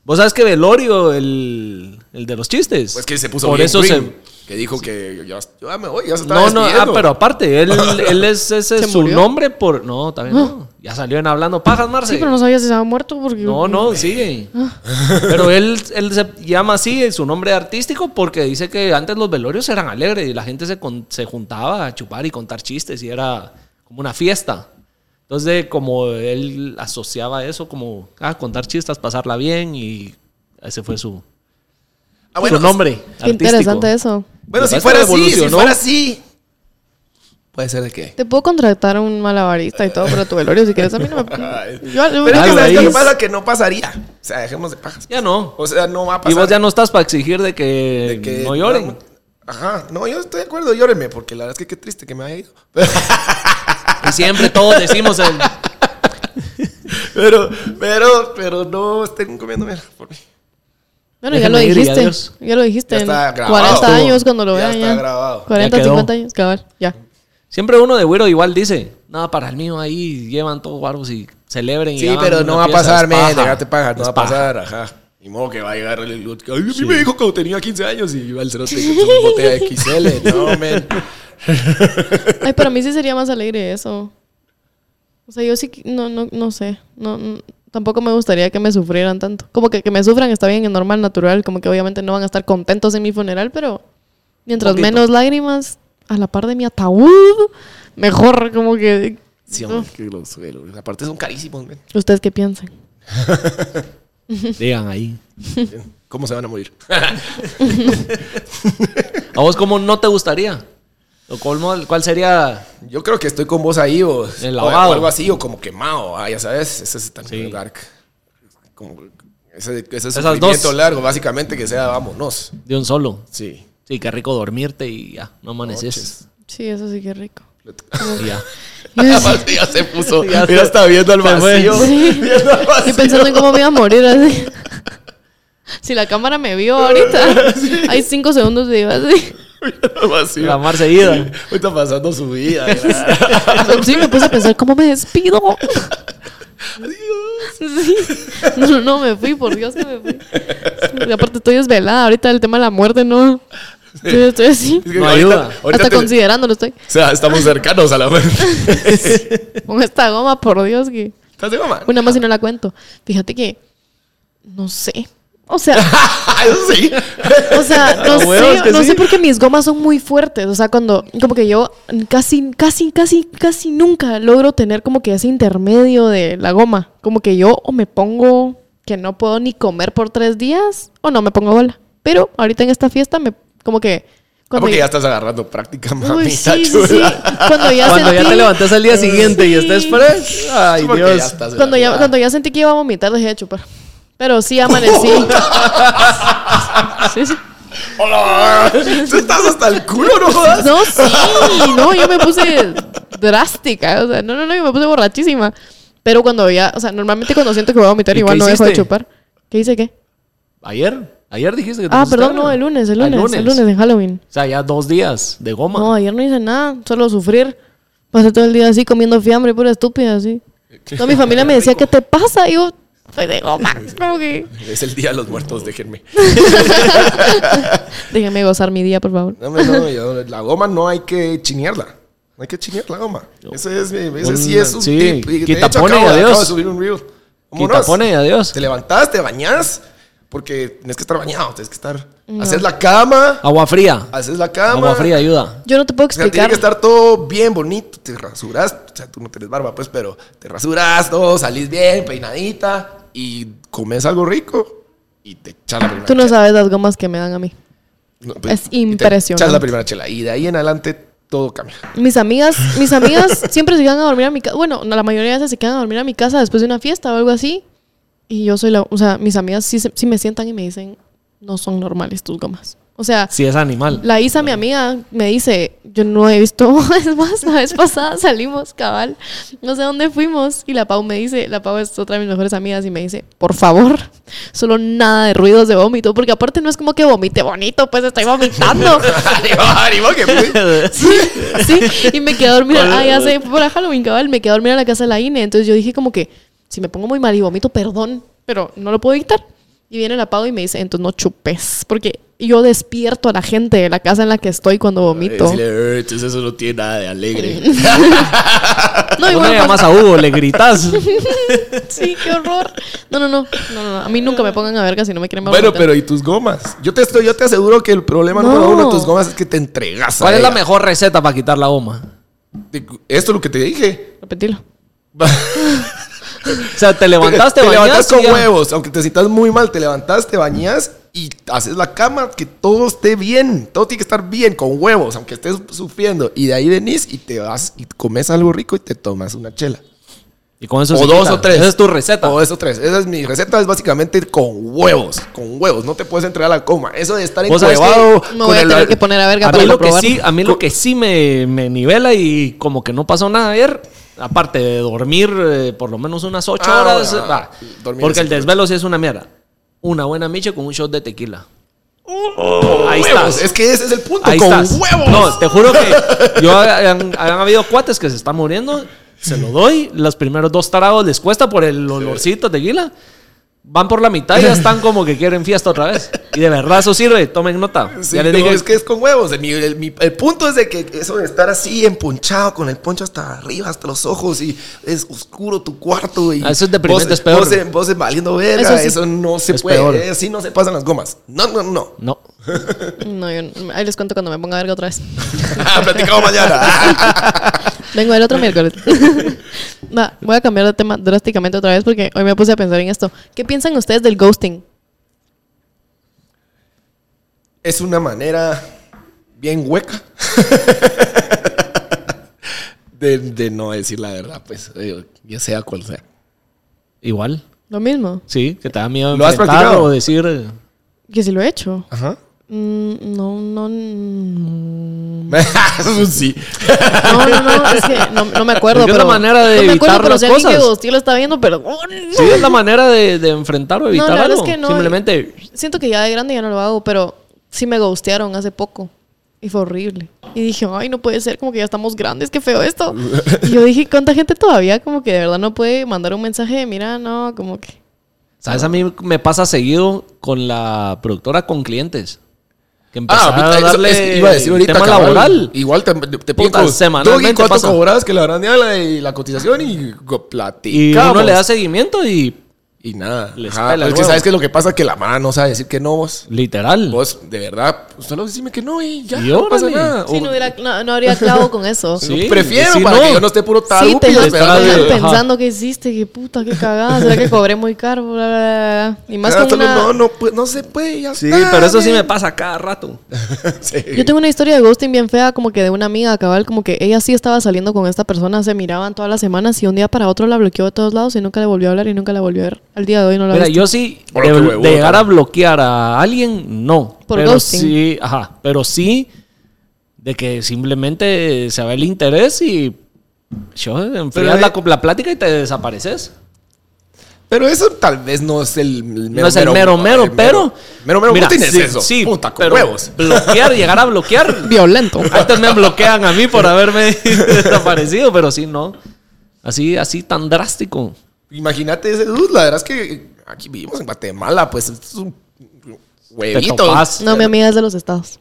B: Vos sabes que velorio, el, el de los chistes.
C: Pues que se puso
B: Por
C: bien
B: eso
C: green,
B: se.
C: Que dijo que yo, ya- yo ya me voy, ya se estaba
B: No, no, ah,
C: despidiendo.
B: pero aparte, él, él es ese
A: ¿Se
B: su
A: murió?
B: nombre por. No, también no. Ya salió en hablando pajas, Marce.
A: Sí, pero no Ah. sabía si estaba muerto porque...
B: No, no, sigue. Pero él, él se llama así eh, su nombre artístico porque dice que antes los velorios eran alegres y la gente se, con- se juntaba a chupar y contar chistes y era como una fiesta. Entonces, como él asociaba eso como ah, contar chistes, pasarla bien y ese fue su,
C: Ah, bueno,
B: su nombre
A: Qué
C: Ah,
B: artístico.
A: interesante eso.
C: Bueno,
B: Lo que pasa
C: si fuera
B: es que
C: así, si
B: evolucionó.
C: fuera así. Puede ser de qué.
A: Te puedo contratar a un malabarista y todo, pero tu velorio, si quieres, a mí no
C: (laughs)
A: me. Yo, yo-
C: Pero
B: Algo
C: es que ¿sabes qué
B: ahí.
C: lo que pasa? Que no pasaría. O sea, dejemos de pajas.
B: Ya no.
C: O sea, no va a
B: Y
C: pasar.
B: vos ya no estás para exigir de que,
C: de que-
B: no lloren.
C: Ajá. No, yo estoy de acuerdo, llórenme, porque la verdad es que qué triste que me haya ido. (laughs) Pero,
B: Y siempre todos decimos el...
C: pero, pero, pero no estén comiendo mierda por mí.
A: Bueno, ya lo
B: Déjenme ir y
A: dijiste.
B: adiós.
A: Ya lo dijiste.
C: Ya
A: en
C: está grabado.
A: 40
C: Estuvo.
A: años cuando lo
C: Ya
A: vean.
C: está
A: Ya
C: grabado.
A: 40,
B: Ya quedó.
A: 50 años, cabal. Ya.
B: Siempre uno de güero igual dice, nada, para el mío ahí llevan todos guarbos y celebren. y
C: Sí,
B: hagan
C: pero
B: una
C: no va a
B: fiesta, es
C: pasarme,
B: paja.
C: déjate paja, no
B: Es
C: va a
B: paja.
C: pasar, ajá. Ni modo que va a llegar el el- que, Ay, a mí me dijo que tenía 15 años y iba al cerote con su botella
B: (laughs)
C: XL. No, men.
A: Ay, para mí sí sería más alegre eso. O sea, yo sí, que- no, no, no sé. No, no- tampoco me gustaría que me sufrieran tanto. Como que, que me sufran está bien, es normal, natural. Como que obviamente no van a estar contentos en mi funeral, pero mientras
C: Poquito.
A: menos lágrimas a la par de mi ataúd, mejor. Como que.
C: Sí,
B: Mm.
C: hombre, que los suelos. Aparte son carísimos, men.
A: ¿Ustedes qué piensan?
B: Digan ahí.
C: ¿Cómo se van a morir? (laughs)
B: ¿A vos cómo no te gustaría? ¿O cómo- ¿Cuál sería...?
C: Yo creo que estoy con vos ahí, vos.
B: El
C: o,
B: lavado.
C: o algo así, o como quemado. Ah, ya sabes, ese es tan
B: Sí.
C: dark. Como ese, ese
B: Esas
C: sufrimiento
B: dos.
C: largo, básicamente, que sea vámonos.
B: De un solo.
C: Sí.
B: Sí, qué rico dormirte y ya, no amaneces.
A: Sí, eso sí que (laughs) rico.
B: Y (laughs) ya.
C: (laughs) Aparte (laughs) ya se puso,
B: Ya
C: ya,
B: se-
C: está viendo al
B: se fue.
C: vacío. Viendo al
A: Y
C: vacío.
A: pensando en cómo me iba a morir así. (laughs) Si la cámara me vio
C: (laughs)
A: ahorita, hay cinco segundos de iba así.
C: Viendo al vacío.
B: La mar seguida.
C: (laughs) Hoy está pasando su vida.
A: (laughs) (laughs) Sí, me puse a pensar cómo me despido. (laughs) Sí. No, no, me fui, por Dios que me fui. Sí, aparte estoy desvelada, ahorita el tema de la muerte no. Yo estoy así.
C: Es que
B: No
C: ahorita-
B: ayuda.
C: ahorita
A: Hasta
C: te-
A: considerándolo estoy.
C: O sea, estamos cercanos a
A: (laughs)
C: la muerte.
A: Con esta goma, por Dios que.
C: ¿Estás de goma?
A: Una
C: (laughs)
A: más y no la cuento. Fíjate que. No sé. O sea.
C: Ah, Eso sí.
A: O sea,
B: (laughs) A
A: no,
B: huevos que
A: sé, no
B: sí.
A: sé por qué mis gomas son muy fuertes. O sea, cuando, como que yo casi, casi, casi, casi nunca logro tener como que ese intermedio de la goma. Como que yo o me pongo que no puedo ni comer por tres días o no me pongo bola. Pero ahorita en esta fiesta me, como que...
C: Ah,
A: cuando
C: porque
A: yo-
C: ya estás agarrando práctica, mamita
A: Uy, sí, sí,
C: (laughs)
A: sí.
C: chula.
A: Cuando ya
B: Cuando ya
A: sentí-
B: te levantas al día siguiente y
A: Sí.
B: estés fresh. Ay,
C: Porque
B: Dios.
C: ya estás
A: Cuando ya,
C: agarrada.
A: cuando ya sentí que iba a vomitar, dejé de chupar. Pero sí
C: (laughs)
A: amanecí. sí, sí. (laughs)
C: ¡Hola! Tú estás hasta el culo, no jodas.
A: No, sí, no, yo me puse drástica, o sea, no, no, no, yo me puse borrachísima. Pero cuando ya, o sea, normalmente cuando siento que voy a vomitar,
B: ¿Y
A: igual
B: qué
A: no dejo de
B: hiciste?
A: chupar. ¿Qué hice qué?
B: Ayer, ayer dijiste que te
A: Ah,
B: pusiste
A: perdón,
B: verga.
A: no, el lunes, el
B: Ah,
A: lunes, el lunes en Halloween.
B: O sea, ya dos días de goma.
A: No, ayer no hice nada, solo sufrir. Pasé todo el día así comiendo fiambre, pura estúpida, así. Toda mi familia me decía, ¿qué te pasa? Y yo, soy de goma. (laughs) Como que,
C: Es el día de los muertos, déjenme.
A: déjame gozar mi día, por favor.
C: No, no, no, yo- la goma no hay que chinearla. No hay que chinear la goma. Ese, es, mi- ese sí
B: Un-
C: es un
B: sí,
C: tip. Y de
B: quita
C: hecho,
B: pone,
C: acabo, de-
B: adiós.
C: acabo de subir un reel. Vámonos.
B: Quita, pone, adiós.
C: Te levantás, te bañás, porque tienes que estar bañado, tienes que estar... Haces la cama,
B: Agua fría.
C: haces la cama.
B: Agua fría ayuda.
A: Yo no te puedo
C: O sea, tiene
A: explicar.
C: que estar todo bien bonito. Te rasuras, o sea, tú no tenés barba, pues, pero te rasuras todo, salís bien, peinadita y comes algo rico y te echas la primera
A: Tú no
C: chela.
A: sabes las gomas que me dan a mí.
C: No, pues,
A: es
C: y te
A: impresionante.
C: Echas la primera chela y de ahí en adelante todo cambia. (laughs)
A: Mis amigas, mis amigas siempre se quedan a dormir a mi casa. Bueno, no, la mayoría de veces se quedan a dormir a mi casa después de una fiesta o algo así. Y yo soy la, o sea, mis amigas sí, se- sí me sientan y me dicen, no son normales tus gomas. O sea,
B: Si es animal. (laughs)
A: la Isa, mi amiga, me dice, yo no he visto, (laughs) es más, la vez pasada salimos, cabal, no sé dónde fuimos. Y la Pau me dice, la Pau es otra de mis mejores amigas y me dice, por favor, (laughs) solo nada de ruidos de vómito, porque aparte no es como que vomite bonito, pues estoy vomitando.
C: ¡Ánimo, ánimo! que-
A: Sí, (laughs) sí. Y me quedé a dormir. Ah, ya sé, fue para Halloween, cabal. Me quedé a dormir a la casa de la INE. Entonces yo dije como que, si me pongo muy mal y vomito, perdón, pero no lo puedo evitar. Y viene la Pau y me dice, entonces no chupes. Porque yo despierto a la gente de la casa en la que estoy cuando vomito.
C: Decirle, "Eh, entonces eso no tiene nada de alegre.
A: (laughs) No, y
B: Vos no
A: bueno,
B: llamas a Hugo,
A: (laughs)
B: le gritas.
A: pues, sí, qué horror. No, no, no. No, no, no. A mí nunca me pongan a verga si no me quieren ver
C: bueno,
A: vomitar.
C: pero ¿y tus gomas? Yo te estoy, yo te aseguro que el problema
A: No.
C: número uno de tus gomas es que te entregas. a
B: ¿Cuál es la
C: ella.
B: mejor receta para quitar la goma?
C: Esto es lo que te dije.
A: Repetilo.
C: (laughs)
B: O sea, te levantaste,
C: te levantas
B: bañaste.
C: con huevos, aunque te sientas muy mal, te levantas, te bañas y haces la cama que todo esté bien, todo tiene que estar bien, con huevos, aunque estés sufriendo. Y de ahí venís y te vas y comes algo rico y te tomas una chela.
B: Y con eso
C: o
B: se
C: dos
B: quita.
C: o tres.
B: Esa es tu receta.
C: O eso tres. Esa es mi receta, es básicamente ir con huevos. Con huevos. No te puedes entregar a la coma. Eso de estar
B: Vos sabés
C: encuevado.
A: Me voy a tener que poner a verga
B: A mí
A: para
B: lo que
A: comprobar.
B: sí, a mí lo que sí me, me nivela y como que no pasó nada ayer, aparte de dormir eh, por lo menos unas ocho
C: Ah,
B: horas, eh,
C: bueno,
B: va,
C: dormir
B: porque
C: es
B: el desvelo sí es una mierda. Una buena miche con un shot de tequila. Ahí estás.
C: Es que ese es el punto.
B: Ahí
C: con
B: estás.
C: huevos.
B: No, te juro que yo han, han habido cuates que se están muriendo, se lo doy, los primeros dos tarados les cuesta por el olorcito a tequila. Van por la mitad y ya están como que quieren fiesta otra vez. Y de verdad eso sirve, tomen nota.
C: Sí,
B: ya les
C: no,
B: dije,
C: es que es con huevos. El, mi- el- mi- el punto es de que eso de estar así emponchado con el poncho hasta arriba, hasta los ojos y es oscuro tu cuarto y
B: Ah, eso es deprimente,
C: vos-
B: es peor.
C: Vos, vos valiendo
A: Eso
C: verga, eso,
A: sí.
C: no se
B: Es
C: puede,
B: peor.
C: eh, así no se pasan las gomas. No, no, no. (laughs)
B: no.
A: No, yo no- ahí les cuento cuando me ponga a verga otra vez.
C: Ah, Platicamos mañana. (laughs)
A: Vengo el otro
B: (laughs)
A: miércoles. Va, voy a cambiar de tema drásticamente otra vez porque hoy me puse a pensar en esto. ¿Qué piensan ustedes del ghosting?
C: es una manera bien hueca (laughs) de, de no decir la verdad, pues, eh, ya sea cual sea.
B: Igual.
A: Lo mismo.
B: Sí, que te da miedo
C: ¿Lo has
B: enfrentar
C: practicado?
B: o decir. eh,
A: Que si lo he hecho.
C: (laughs) Ajá.
A: Mm, No, no, mm. no,
C: Eso es un Pues sí.
A: no, no, es que no, no me acuerdo.
B: Es que es la
A: pero-
B: manera de
A: no me acuerdo,
B: evitar
A: pero
B: las
A: si alguien que
B: cosas.
A: ghosteó lo está viendo,
B: (laughs)
A: perdón.
B: Sí, es la manera de, de enfrentar o
A: No, la
B: evitar
A: verdad
B: algo.
A: es que no.
B: Simplemente.
A: Siento que ya de grande ya no lo hago, pero sí me ghostearon hace poco. Y fue horrible. Y dije, ay, no puede ser, como que ya estamos grandes, qué feo esto. Y yo dije, ¿cuánta gente todavía como que de verdad no puede mandar un mensaje de, mira, no, como que...
B: ¿Sabes? A mí me pasa seguido con la productora con clientes. Que empezó
C: Ah, ahorita,
B: a
C: eso-
B: darle
C: eso iba a decir ahorita.
B: tema
C: cabal.
B: laboral.
C: Igual te, te piden
B: Puta,
C: co-
B: semanalmente
C: Doggy, cuánto
B: pasa.
C: cobras que la gran la, y la cotización y
B: Y
C: go-
B: pues.
C: platicamos.
B: uno le da seguimiento y
C: Y nada.
B: Les
C: Ajá,
B: pela
C: pero es que
B: huevo.
C: sabes que lo que pasa es que la mano no sabe decir que no vos.
B: literal.
C: Vos, de verdad, pues, solo decime que no y ya.
B: Y
C: no pasa
B: órale.
C: nada.
A: Sí,
C: O-
A: no, hubiera- no- no
B: (laughs)
A: habría clavo con eso.
B: Ah, oh, Sí,
A: Sí,
C: Prefiero
B: sí,
C: para
B: no.
C: que yo no esté puro tal.
A: te
B: lo
A: dejas
B: esperaba
A: te dejas
B: que- ajá.
A: pensando que hiciste, que puta, qué cagada, será que cobré muy caro, bla, bla, bla. Y más
C: Ah,
A: con
C: solo
A: una...
C: No, no, pues, no se puede, ya
B: Sí,
C: está,
B: pero eso sí
C: ven.
B: me pasa cada (laughs) rato.
C: Sí.
A: Yo tengo una historia de ghosting bien fea, como que de una amiga cabal, como que ella sí estaba saliendo con esta persona, se miraban todas las semanas y un día para otro la bloqueó de todos lados y nunca le volvió a hablar y nunca la volvió a ver. Al día de hoy no la
B: Mira,
A: veo.
B: yo sí,
C: Hola,
B: de,
C: qué
B: de
C: huevota.
B: llegar a bloquear a alguien, no.
A: Por
B: pero
A: ghosting.
B: sí, ajá, pero sí de que simplemente se va el interés y yo enfrias
C: Pero,
B: la,
C: eh,
B: la plática y te desapareces.
C: Pero eso tal vez no es el mero
B: no es el mero mero, pero
C: Mero mero,
B: Mira,
C: ¿cómo tienes
B: sí,
C: eso?
B: Sí,
C: Puta, con
B: pero
C: huevos.
B: Bloquear, llegar a
C: (laughs)
B: bloquear.
A: Violento.
B: (laughs) Antes me bloquean a mí por haberme (laughs) desaparecido, pero sí no. Así así tan drástico.
C: Imagínate ese dude, la verdad es que aquí vivimos en Guatemala, pues esto es un huevito.
B: topas.
A: No, mi amiga es de los estados.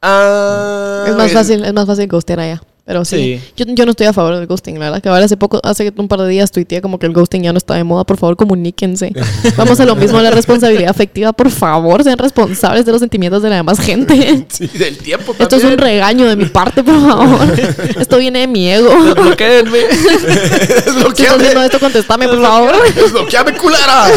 C: Ah,
A: Es más
C: el- (laughs)
A: fácil, es más fácil ghostear allá. Pero sí,
B: Sí.
A: Yo, yo no estoy a favor del ghosting, la verdad. Cabal, hace poco, hace un par de días tuiteé como que el ghosting ya no está de moda. Por favor,
C: (laughs)
A: comuníquense. Vamos a lo mismo, la responsabilidad afectiva. Por favor, sean responsables de los sentimientos de la demás gente.
C: Sí, del tiempo
A: Esto es un
C: (laughs) también.
A: regaño de mi parte, por
C: (laughs)
A: favor. Esto viene de mi ego.
B: Bloquéenme.
C: es lo
A: Si
C: que
A: estás viendo
C: hace.
A: esto, contéstame, por favor.
C: Es lo que hace, culera.
A: (laughs)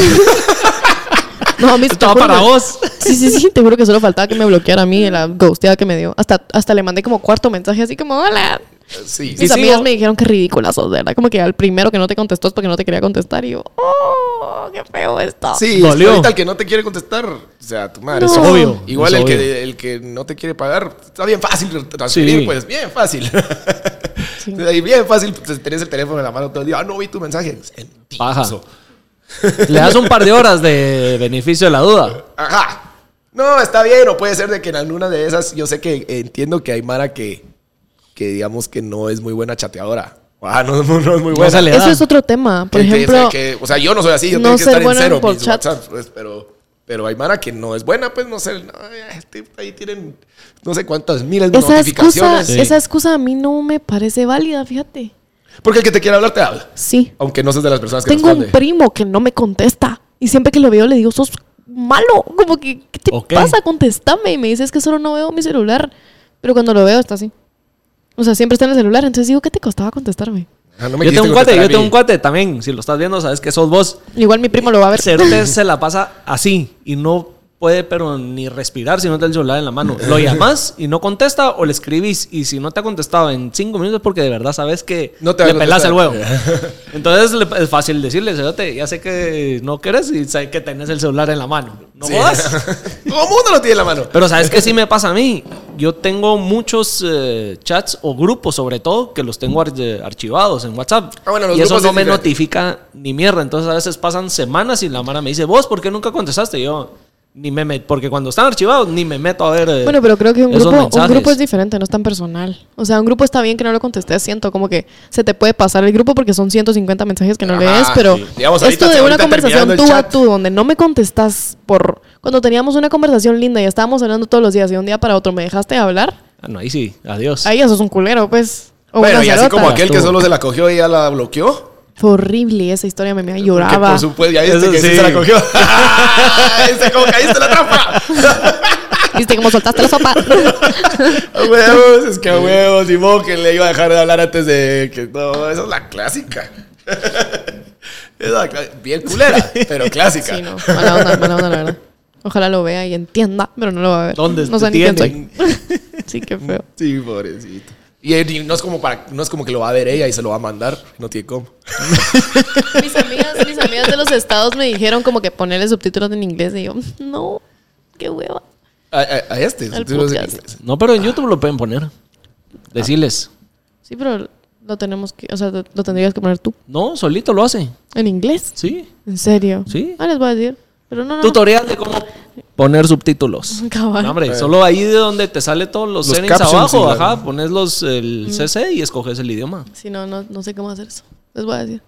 A: No, mis
B: Estaba para vos.
A: Sí, sí, sí, te juro que solo faltaba que me bloqueara a mí de la ghosteada que me dio. Hasta, hasta le mandé como cuarto mensaje así como, hola.
C: Sí,
A: Mis
B: sí,
A: amigas
B: o-
A: me dijeron que ridículas sos, de ¿verdad? Como que al primero que no te contestó es porque no te quería contestar. Y yo, oh, qué feo esto.
C: sí,
B: Dolió.
C: es ahorita el que no te quiere contestar, o sea, tu madre.
A: No.
B: Es obvio.
C: Igual
B: es
C: el
B: obvio.
C: que, el que no te quiere pagar, está bien fácil transferir,
B: Sí.
C: pues, bien fácil. (laughs)
A: Sí.
C: Y bien fácil, pues, tenés el teléfono en la mano todo el día, ah, no vi tu mensaje. Sentido.
B: Paja. Le das un par de horas de beneficio de la duda.
C: Ajá. No, está bien, o puede ser de que en alguna de esas, yo sé que entiendo que hay Mara que, que digamos que no es muy buena chateadora. Ah, no, (laughs) no, no es muy buena.
B: se le-
A: Eso es otro tema. Por
C: Que- que-
A: ejemplo,
C: que- o sea, yo no soy así, yo
A: no
C: tengo que
A: ser
C: estar en
A: buena
C: cero
A: por
C: mis
A: chat.
C: WhatsApp, pues, pero, pero hay Mara que no es buena, pues no sé, no, este, ahí tienen no sé cuántas miles de
A: esa excusa,
C: notificaciones.
B: Sí.
A: esa excusa a mí no me parece válida, fíjate.
C: Porque el que te quiere hablar te habla,
A: Sí.
C: aunque no seas de las personas que
A: Tengo un
C: responde.
A: primo que no me contesta. Y siempre que lo veo le digo, sos malo. (laughs) Como que, ¿qué te
B: Ok.
A: pasa? Contéstame. Y me dice, es que solo no veo mi celular. Pero cuando lo veo está así. O sea, siempre está en el celular. Entonces digo, ¿qué te costaba contestarme?
C: Ah, no me
B: Yo tengo
C: quisiste
B: un cuate,
C: contestar a
B: yo tengo
C: mí.
B: un cuate también. Si lo estás viendo, sabes que sos vos.
A: (laughs) Igual mi primo lo va a ver.
B: Cerote se la pasa así y no puede, pero ni respirar si no te el celular en la mano. Lo llamas y no contesta o le escribís. Y si no te ha contestado en cinco minutos, porque de verdad sabes que
C: No te va a
B: le pelas el huevo.
C: contestar.
B: Entonces le- es fácil decirle, cerote, ya sé que no quieres y sé que tenés el celular en la mano. No
C: Sí. (laughs)
B: jodas.
C: Todo el mundo lo tiene en la mano.
B: Pero ¿sabes qué sí me pasa a mí? Yo tengo muchos eh, chats o grupos, sobre todo, que los tengo ar- eh, archivados en WhatsApp.
C: Ah, bueno, los
B: y eso
C: grupos
B: no
C: es
B: me
C: diferente.
B: notifica ni mierda. Entonces a veces pasan semanas y la mara me dice, vos, ¿por qué nunca contestaste? Y yo, ni me met- porque cuando están archivados ni me meto a ver. eh,
A: Bueno, pero creo que un
B: esos
A: grupo, un
B: mensajes.
A: grupo es diferente, no es tan personal. O sea, un grupo está bien que no lo contestes, siento como que se te puede pasar el grupo porque son 150 mensajes que no
C: Ajá,
A: lees, pero
C: sí. Digamos,
A: esto
C: ahorita-
A: de una
C: ahorita terminando
A: conversación
C: el
A: tú a
C: chat.
A: tú, donde no me contestas por... Cuando teníamos una conversación linda y estábamos hablando todos los días y de un día para otro me dejaste de hablar,
B: Ah, no, ahí sí, adiós.
A: ahí eso es un culero, pues. o
C: bueno,
A: una
C: y así
A: zarota.
C: como aquel que
B: Tú.
C: solo se la cogió y ya la bloqueó.
A: Fue horrible esa historia, me, me
C: Que
A: lloraba.
C: por supuesto, ya viste
B: Eso
C: que sí
B: sí.
C: se la cogió. (laughs) ¡Ese cómo caíste en la trampa!
A: (laughs) Viste cómo soltaste la
C: (laughs)
A: sopa.
C: A huevos, es que a huevos, y mo que le iba a dejar de hablar antes de que no, esa es la clásica. (laughs) Es la cla- bien culera, pero clásica.
A: sí, no, mala onda, mala onda, la verdad. Ojalá lo vea y entienda, pero no lo va a ver.
B: ¿Dónde
A: no sé
B: te
A: ni quién soy.
B: tienen?
A: Sí, qué feo.
C: Sí, pobrecito. Y él- y no es como para, no es como que lo va a ver ella y se lo va a mandar, no tiene cómo.
A: Mis amigas, mis amigas de los estados me dijeron como que ponerle subtítulos en inglés y yo, no, qué hueva.
C: A, a- a este.
A: Al
C: tú no sé qué-
A: podcast.
B: No, pero en YouTube lo pueden poner. Decirles.
A: Sí, pero lo tenemos que, o sea, lo lo tendrías que poner tú.
B: No, solito lo hace.
A: ¿En inglés?
B: Sí.
A: ¿En serio?
B: Sí.
A: Ah, les voy a decir. Pero no, no.
B: Tutorial de cómo poner subtítulos.
A: (laughs) Cabal.
B: No, hombre, solo ahí de donde te sale todos Eh. los,
C: Los
B: settings
C: captions y
B: abajo,
C: la-
B: ajá, pones los,
A: Mm.
B: el CC y escoges el idioma.
A: Sí, no, no, no sé cómo hacer eso. Les voy a decir.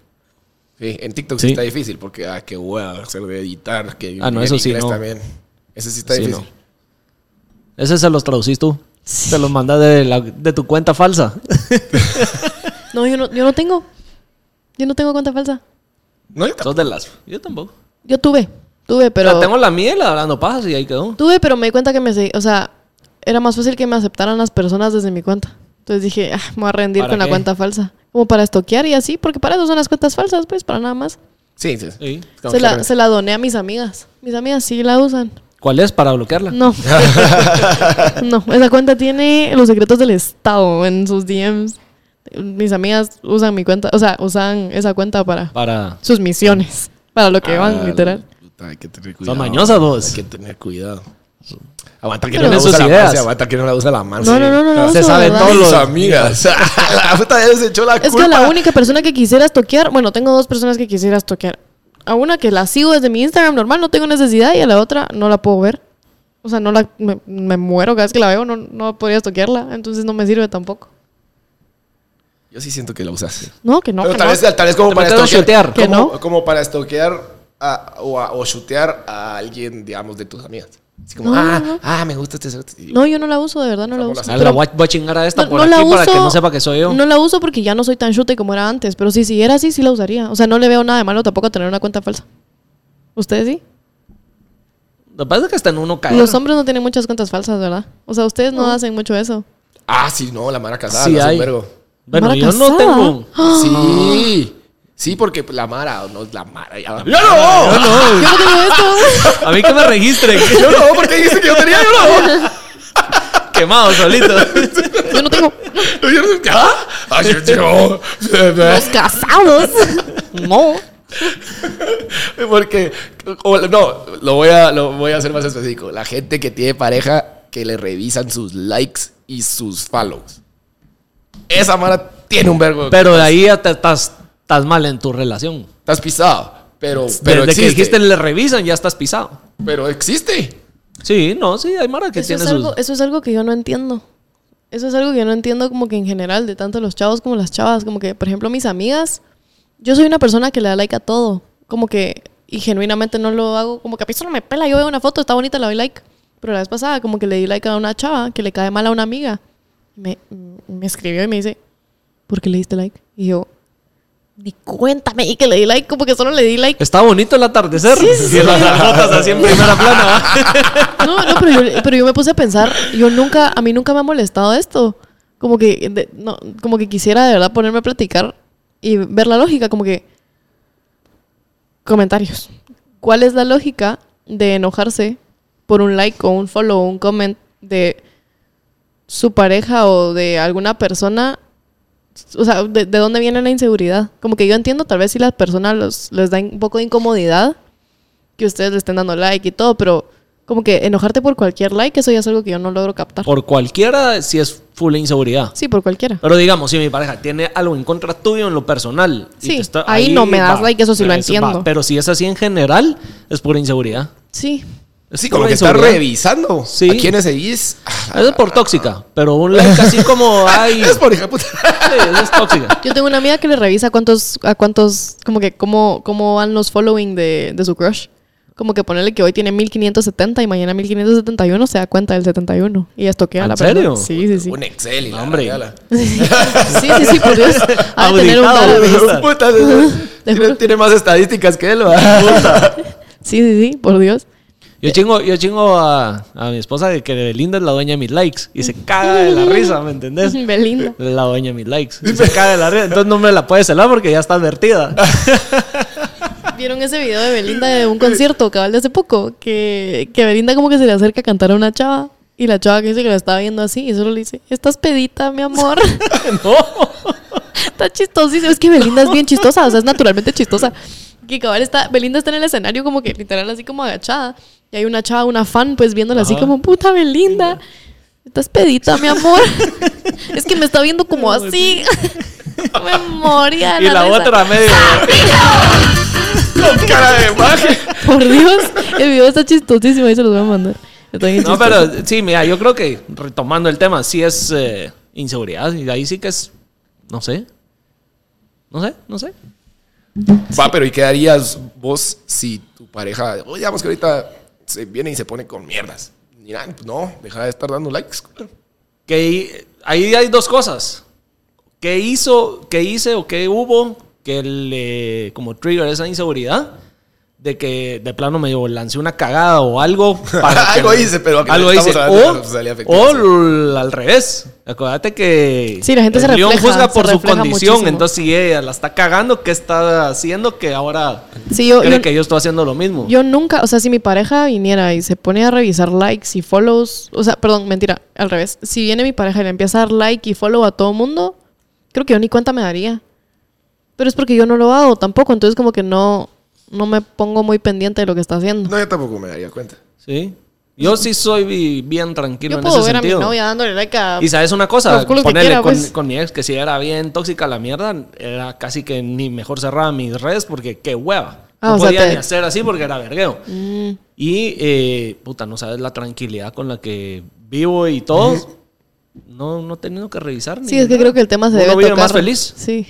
C: Sí, en TikTok sí
B: Sí.
C: está difícil porque, ah, qué hueva hacer de editar. Que
B: Ah, no,
C: en
B: eso sí,
C: inglés
B: no.
C: también. Ese sí está
B: Sí,
C: difícil.
B: Ese se los traducís tú. Te los mandas de, la- de tu cuenta falsa.
A: No, yo no, yo no tengo. Yo no tengo cuenta falsa.
C: No, yo
B: (laughs)
C: tampoco.
B: Sos de las. Yo tampoco.
A: Yo tuve, tuve, pero...
B: Pero tengo la mía y la de hablando pajas y ahí quedó.
A: Tuve, pero me di cuenta que me... se- O sea, era más fácil que me aceptaran las personas desde mi cuenta. Entonces dije, ah, me voy a rendir
B: ¿Para
A: con la
B: qué?
A: cuenta falsa. Como para estoquear y así, porque para eso son las cuentas falsas, pues, para nada más.
C: Sí, sí.
B: Sí.
C: Como
A: Se
C: que
A: la,
C: realmente-
A: se la doné a mis amigas. Mis amigas sí la usan.
B: ¿Cuál es para bloquearla? (laughs)
A: No. no, esa cuenta tiene los secretos del Estado en sus DMs. Mis amigas usan mi cuenta, o sea, usan esa cuenta para
B: Para.
A: sus misiones, para lo que
C: Ah,
A: van, literal.
C: puta, Hay que tener cuidado.
B: mañosas, vos.
C: Hay que tener cuidado. Aguanta que
B: Pero-
C: no
B: Tienen
C: la usa
B: sus
C: la
B: ideas.
C: manse, aguanta que no la usa la manse.
A: No, no, no, no, no,
B: ah, Se
A: eso,
B: sabe
A: ¿verdad?
B: todo
C: Mis
B: lo-
C: amigas. (laughs) la puta ya se echó la
A: Es
C: culpa.
A: que la única persona que quisiera toquear, bueno, tengo dos personas que quisiera toquear. A una que la sigo desde mi Instagram normal, no tengo necesidad, y a la otra no la puedo ver. O sea, no la, me, me muero cada vez que la veo, no, no podría toquearla, entonces no me sirve tampoco.
C: Yo sí siento que la usas.
A: No, que no.
C: Pero
A: que
C: tal,
A: no.
C: Vez, tal vez como
B: Te
C: para
B: metes a
C: estoquear.
B: shootear.
A: ¿Que
C: Como,
A: no?
C: como para estoquear a- o, a- o shootear a alguien, digamos, de tus amigas. Así como,
A: No,
C: ah,
A: no, no.
C: ah, me gusta este. cerote. Y-
A: No, yo no la uso, de verdad no la
C: Vamos a
A: uso.
B: Ah,
A: Pero
B: la voy a- voy a chingar a esta
A: no-
B: por
A: no
B: aquí
A: la
B: para que
A: uso-
B: no sepa que soy yo.
A: No la uso porque ya no soy tan chute como era antes, pero si siguiera así, sí la usaría. O sea, no le veo nada de malo tampoco a tener una cuenta falsa. ¿Ustedes sí?
B: Lo que pasa es que hasta en uno cae.
A: Los hombres no tienen muchas cuentas falsas, ¿verdad? O sea, ustedes no, hacen mucho
B: (laughs)
A: eso.
C: Ah, sí, no, la mara casada.
B: Sí,
C: la hace un
B: hay.
C: vergo.
A: (gasps)
B: Bueno,
A: Mara
B: yo no
A: casada.
B: tengo.
C: Sí. Sí, porque la mara, no la mara. Ya,
B: ¡Yo no!
A: Yo no tengo esto.
B: A mí que me registren. (laughs)
C: Yo no, porque dijiste que yo tenía, yo no.
B: Quemado solito. (laughs)
A: Yo no tengo
C: (laughs) Yo no- ¿Ah? Ay, yo- yo-
A: los casados. No.
C: (laughs) Porque, o- no, lo voy, a, lo voy a hacer más específico. La gente que tiene pareja que le revisan sus likes y sus follows. Esa mara tiene un vergo. de-
B: Pero de ahí ya te estás, estás mal en tu relación.
C: Estás pisado. Pero,
B: Desde
C: pero existe.
B: que dijiste le revisan, ya estás pisado.
C: Pero existe.
B: Sí, no, sí, hay Mara que
A: Eso
B: tiene
A: es,
B: sus-
A: algo, eso es algo que yo no entiendo. Eso es algo que yo no entiendo como que en general, de tanto los chavos como las chavas. Como que, por ejemplo, mis amigas, yo soy una persona que le da like a todo. Como que, y genuinamente no lo hago, como que a mí eso no me pela. Yo veo una foto, está bonita, le doy like. Pero la vez pasada, como que le di like a una chava que le cae mal a una amiga. Me, mm, me escribió y me dice, ¿por qué le diste like? Y yo, ni cuéntame y que le di like, como que solo le di like.
B: Está bonito el atardecer.
A: Sí, sí,
B: Y las notas así en primera plana. (laughs) ¿va?
A: No, no, pero yo, pero yo me puse a pensar, yo nunca, a mí nunca me ha molestado esto. Como que, de- no, como que quisiera de verdad ponerme a platicar y ver la lógica, como que... Comentarios. ¿Cuál es la lógica de enojarse por un like o un follow o un comment de su pareja o de alguna persona, o sea, de, de dónde viene la inseguridad. Como que yo entiendo, tal vez si las personas los, les da un poco de incomodidad que ustedes le estén dando like y todo, pero como que enojarte por cualquier like, eso ya es algo que yo no logro captar.
B: Por cualquiera, si es full inseguridad.
A: sí, por cualquiera.
B: Pero digamos, si mi pareja tiene algo en contra tuyo en lo personal.
A: Sí, ahí no me das like, eso sí lo entiendo.
B: Pero si es así en general, es por inseguridad.
A: Sí,
B: Es
C: Sí,
B: pura
C: como que está
B: inseguridad.
C: revisando
B: Sí.
C: a quiénes seguís.
B: Eso es por tóxica, pero un like así
C: (laughs)
B: como ay,
C: Es por hija puta.
B: sí, eso es tóxica.
A: Yo tengo una amiga que le revisa cuántos, a cuántos, como que cómo, cómo van los following de, de su crush. Como que ponerle que hoy tiene 1570 y mañana 1571 se da cuenta del 71 y estoquea a la
B: ¿En serio?
A: persona. Sí, sí, (laughs) sí.
C: Un Excel y la
B: Hombre. (laughs)
C: regala.
A: Sí, sí, sí, por Dios. Ha de tener un
B: Auditado,
A: database.
B: ¿verdad?
C: Puta,
B: (laughs)
C: tiene, tiene más estadísticas que él, ¿verdad?
A: Sí, sí, sí, por Dios.
B: Yo chingo, yo chingo a, a mi esposa de que Belinda es la dueña de mis likes y se caga de la risa, ¿me entendés?
A: (laughs) Belinda.
B: La dueña de mis likes. Y se caga de la risa, entonces no me la puedes celar porque ya está advertida.
A: ¿Vieron ese video de Belinda de un concierto cabal de hace poco? Que, que Belinda como que se le acerca a cantar a una chava y la chava que dice que la estaba viendo así y solo le dice, estás pedita, mi
B: (laughs)
A: amor.
B: No.
A: Está chistosísimo. Es que Belinda es bien chistosa, o sea, es naturalmente chistosa. Que cabal está, Belinda está en el escenario como que literal así como agachada. Y hay una chava, una fan, pues viéndola así
B: Ajá.
A: como, puta Belinda. Estás pedita, mi amor. es que me está viendo como así. (laughs) me moría. de
B: Y la
A: risa.
B: otra medio.
C: Con cara de maje.
A: Por Dios, el video está chistosísimo y se los voy a mandar. Está bien
B: No,
A: chistoso.
B: pero sí, mira, yo creo que retomando el tema, sí es eh, inseguridad y ahí sí que es, no sé, no sé, no sé.
C: Va, pero ¿y qué harías vos si tu pareja, oye, digamos que ahorita se viene y se pone con mierdas? Mira, pues no, deja de estar dando likes.
B: Que ahí- ahí hay dos cosas. ¿Qué hizo, qué hice o qué hubo que le como trigger esa inseguridad? De que de plano me lancé una cagada o
C: (laughs)
B: algo. que-
C: Algo hice, pero que
B: algo
C: estamos
B: hice.
C: hablando de la
B: O,
C: responsabilidad afectiva,
B: o
C: sí.
B: l- al revés. Acuérdate que.
A: Sí, la gente
B: el
A: se
B: león
A: refleja,
B: juzga
A: se
B: por su
A: refleja
B: condición.
A: muchísimo.
B: Entonces, si ella la está cagando, ¿qué está haciendo? Que ahora.
A: Sí, yo-
B: cree
A: yo-
B: que yo estoy haciendo lo mismo.
A: Yo nunca, o sea, si mi pareja viniera y se pone a revisar likes y follows, o sea, perdón, mentira, al revés. Si viene mi pareja y le empieza a dar like y follow a todo mundo, creo que yo ni cuenta me daría. Pero es porque yo no lo hago tampoco, entonces como que no, no me pongo muy pendiente de lo que está haciendo.
C: No, yo tampoco me daría cuenta.
B: Sí. Yo sí soy bi- bien tranquilo
A: yo
B: en
A: puedo
B: ese
A: ver
B: sentido.
A: a mi novia dándole like a...
B: Y sabes una cosa,
A: Los culos que
B: ponele
A: quiera,
B: con,
A: pues.
B: con mi ex, que si era bien tóxica la mierda, era casi que ni mejor cerraba mis redes porque qué hueva.
A: Ah,
B: no
A: o sea,
B: podía
A: te-
B: ni hacer así porque era vergueo.
A: Mm,
B: Y, eh, puta, no sabes la tranquilidad con la que vivo y todo. No, no he tenido que revisar. ni
A: Sí, es que
B: nada.
A: creo que el tema se
B: Uno
A: debe
B: vive
A: tocar.
B: más feliz.
A: Sí.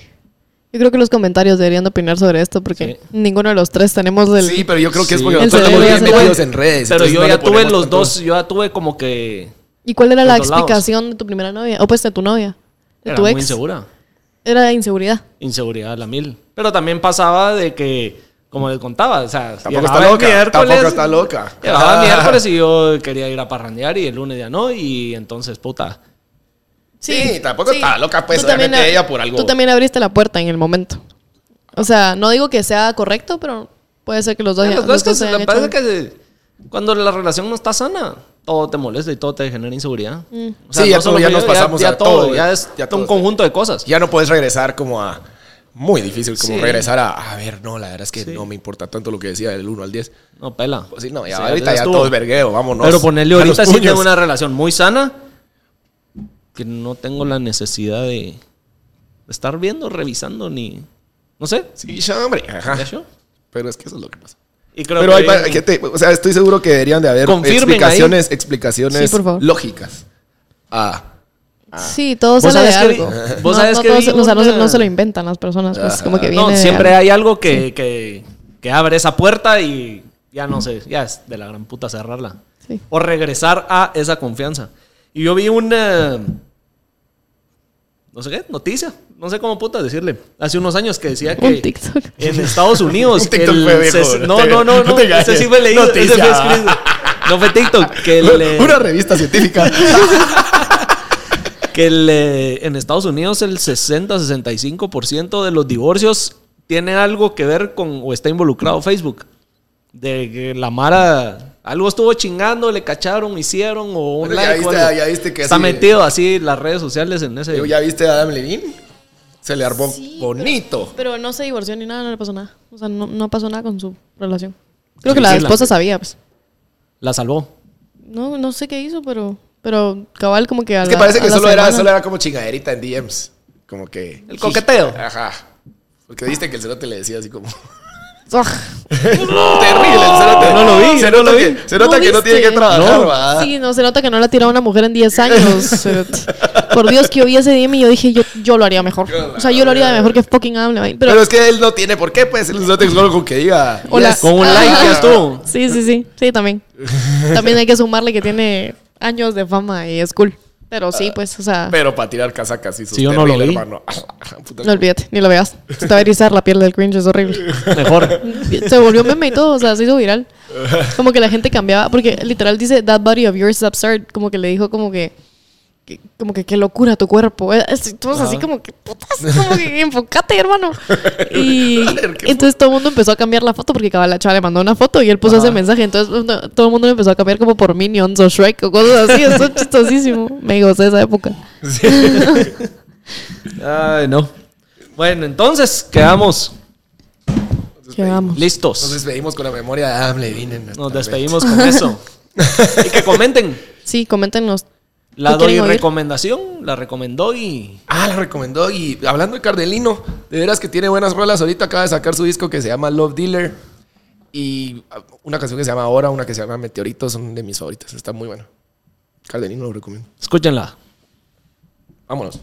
A: Yo creo que los comentarios deberían de opinar sobre esto porque
B: Sí.
A: ninguno de los tres tenemos el...
C: Sí, pero yo creo que es
B: Sí.
C: porque
A: El
C: nosotros estamos
A: cerebro ya
C: bien
A: se-
C: metidos en redes.
B: Pero
C: entonces
B: yo
C: no le
B: ya tuve
C: ponemos
B: los
C: tanto-
B: dos, yo ya tuve como que...
A: ¿Y cuál era la
B: Los dos lados.
A: explicación de tu primera novia? O pues de tu novia, de
B: Era
A: tu
B: muy
A: ex.
B: insegura.
A: Era inseguridad.
B: Inseguridad a la mil. Pero también pasaba de que, como les contaba, o sea,
C: Tampoco
B: llegaba
C: está
B: el
C: loca,
B: miércoles-
C: tampoco está loca.
B: Llegaba
C: (laughs)
B: miércoles y yo quería ir a parrandear y el lunes ya no, y entonces, puta.
C: Sí, tampoco estaba loca, pues,
A: Tú también
C: obviamente
A: ab-
C: ella por algo-
A: Tú también abriste la puerta en el momento. O sea, no digo que sea correcto, pero puede ser que los dos
B: Lo
A: ya.
B: que pasa es que
A: los dos
B: se-
A: hayan
B: me parece
A: hecho-
B: que se- cuando la relación no está sana, todo te molesta y todo te genera inseguridad.
A: Mm.
C: Sí, ya
B: solo
C: todo, ya
B: fui yo,
C: nos pasamos
B: ya,
C: a
B: todo,
C: todo,
B: ya es
C: ya
B: un
C: todo.
B: conjunto de cosas.
C: Ya no puedes regresar como a... Muy difícil como
B: Sí.
C: regresar a... A ver, no, la verdad es que no me importa tanto lo que decía del 1 al 10.
B: No, pela.
C: Pues sí, no, ya
B: Sí,
C: ahorita ya
B: estuvo.
C: todo es vergueo, vámonos.
B: Pero ponerle
C: a los
B: ahorita sí
C: puños.
B: tengo una relación muy sana que no tengo la necesidad de estar viendo, revisando ni no sé.
C: Sí, ya, hombre. Ajá.
B: ¿Ya yo?
C: Pero es que eso es lo que pasa.
B: Y creo
C: Pero hay,
B: que-
C: pa- Ah. que te- o sea, estoy seguro que deberían de haber
B: Confirmen
C: explicaciones, explicaciones
A: Sí, por favor.
C: lógicas. Ah,
A: Sí, todo
B: ¿Vos
A: sale de
B: sabés que
A: algo.
B: vi- vos
A: no,
B: sabés
A: no
B: que
A: todo
B: vi
A: se- o sea, no, se-
B: una- Ah,
A: no se lo inventan las personas, pues es como que viene.
B: no,
A: de
B: siempre
A: algo.
B: hay algo que, que, que abre esa puerta y ya no sé, ya es de la gran puta cerrarla.
A: Sí.
B: O regresar a esa confianza. Y yo vi una. No sé qué, noticia. No sé cómo puta decirle. Hace unos años que decía que.
A: Un TikTok.
B: En Estados Unidos.
C: (laughs) Un TikTok
B: el
C: fue viejo,
B: ses-
C: no
B: no,
C: te-
B: no, no,
C: (laughs) no
B: no.
C: te engañes.
B: ese sí fue leído. ese fue
C: Noticia.
B: escrito. No fue TikTok. Que el, eh,
C: (laughs) una revista científica.
B: (laughs) que el, eh, en Estados Unidos el 60-65% de los divorcios tiene algo que ver con o está involucrado Facebook. De que la Mara Algo estuvo chingando, le cacharon, hicieron o un
C: Bueno, ya
B: like.
C: viste-
B: o algo.
C: ya viste que
B: Está
C: así-
B: metido así las redes sociales en ese.
C: Digo, ¿Ya viste a Adam Levine? Se le armó
A: Sí, pero-
C: bonito.
A: Pero no se divorció ni nada, no le pasó nada. O sea, no, no pasó nada con su relación. Creo
B: Sí,
A: que la
B: sí, la-
A: esposa sabía, pues.
B: La salvó.
A: No, no sé qué hizo, pero, pero cabal como que a
C: Es
A: la-
C: que parece
A: a
C: que
A: la
C: solo era,
A: semana-
C: solo era como chingaderita en DMs. Como que.
B: El coqueteo.
C: Ajá. Porque viste que el cerote le decía así como.
A: Ugh.
C: Terrible el cerote.
B: No lo vi,
C: Se
B: no
C: nota
B: lo
C: que,
B: vi.
C: se nota
A: ¿No
C: que no
A: viste?
C: tiene que trabajar,
B: No.
C: va.
A: Sí, no, se nota que no la tiró a una mujer en 10 años.
C: (laughs)
A: cerote. Por Dios, que yo vi ese DM y yo dije, yo, yo lo haría mejor. O sea, yo lo haría mejor que fucking Adam Levine.
C: Pero,
A: Pero,
C: es que él no tiene por qué, pues. El cerote es solo con que diga. Ah.
A: Hola.
C: yes.
B: Con un like ya estuvo.
A: sí, sí, sí. Sí, también. También hay que sumarle que tiene años de fama y es cool. Pero sí, pues, o sea,
C: Ah. Pero para tirar casacas y
B: Sí, yo no lo vi.
C: hermano. (laughs) Puta,
A: no olvídate, ni lo veas. Se te va a erizar la piel del cringe, es horrible.
B: Mejor.
A: Se volvió meme y todo, o sea, se hizo viral. Como que la gente cambiaba, porque literal dice, that body of yours is absurd. Como que le dijo como que, que- como que qué locura tu cuerpo. Eh, así, Todos así como que, putas, como que enfócate, hermano. Y
C: Brother, qué
A: entonces todo el mundo empezó a cambiar la foto, porque cada la chava le mandó una foto y él puso ese mensaje. Entonces uno- todo el mundo lo empezó a cambiar como por Minions o Shrek o cosas así. Eso es chistosísimo. Me gocé esa época.
B: Ay, no. Bueno, entonces quedamos
A: Quedamos.
C: Nos
B: listos.
C: despedimos con la memoria de Adam Levine. en nuestra
B: Nos despedimos con eso. Y que comenten.
A: Sí, coméntenos.
B: La
A: ¿Qué
B: doy
A: quieren oír?
B: recomendación, la recomendó y.
C: Ah, la recomendó. Y hablando de Cardelino, de veras que tiene buenas rolas. Ahorita acaba de sacar su disco que se llama Love Dealer. Y ah, una canción que se llama Ahora, una que se llama Meteorito, son de mis favoritas. Está muy buena. Cardelino lo recomiendo.
B: Escúchenla.
C: Vámonos.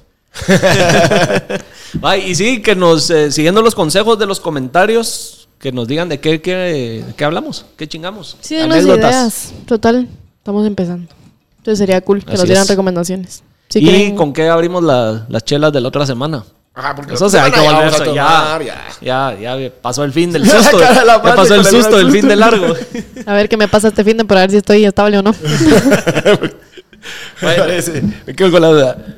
B: Ay, y sí, que nos, eh, siguiendo los consejos de los comentarios, que nos digan de qué, qué, qué hablamos, qué chingamos.
A: Sí, unas ideas. Total, estamos empezando. Entonces sería cool que
B: Así
A: nos dieran
B: es.
A: recomendaciones. Si
B: y
A: quieren-
B: con qué abrimos la- las chelas de la otra semana.
C: Ajá, porque
B: Eso
C: la
B: se
C: otra
B: hay que
C: semana ya
B: volver
C: vamos a
B: eso,
C: tomar,
B: ya,
C: ya.
B: ya, ya pasó el
C: (laughs)
B: fin del susto.
C: Cara de la
B: ya
C: madre
B: pasó el
C: con el
B: susto del fin de
C: (laughs)
B: largo.
A: A ver qué me pasa este fin de para ver si estoy estable o no.
C: Me parece. Me quedo con la duda.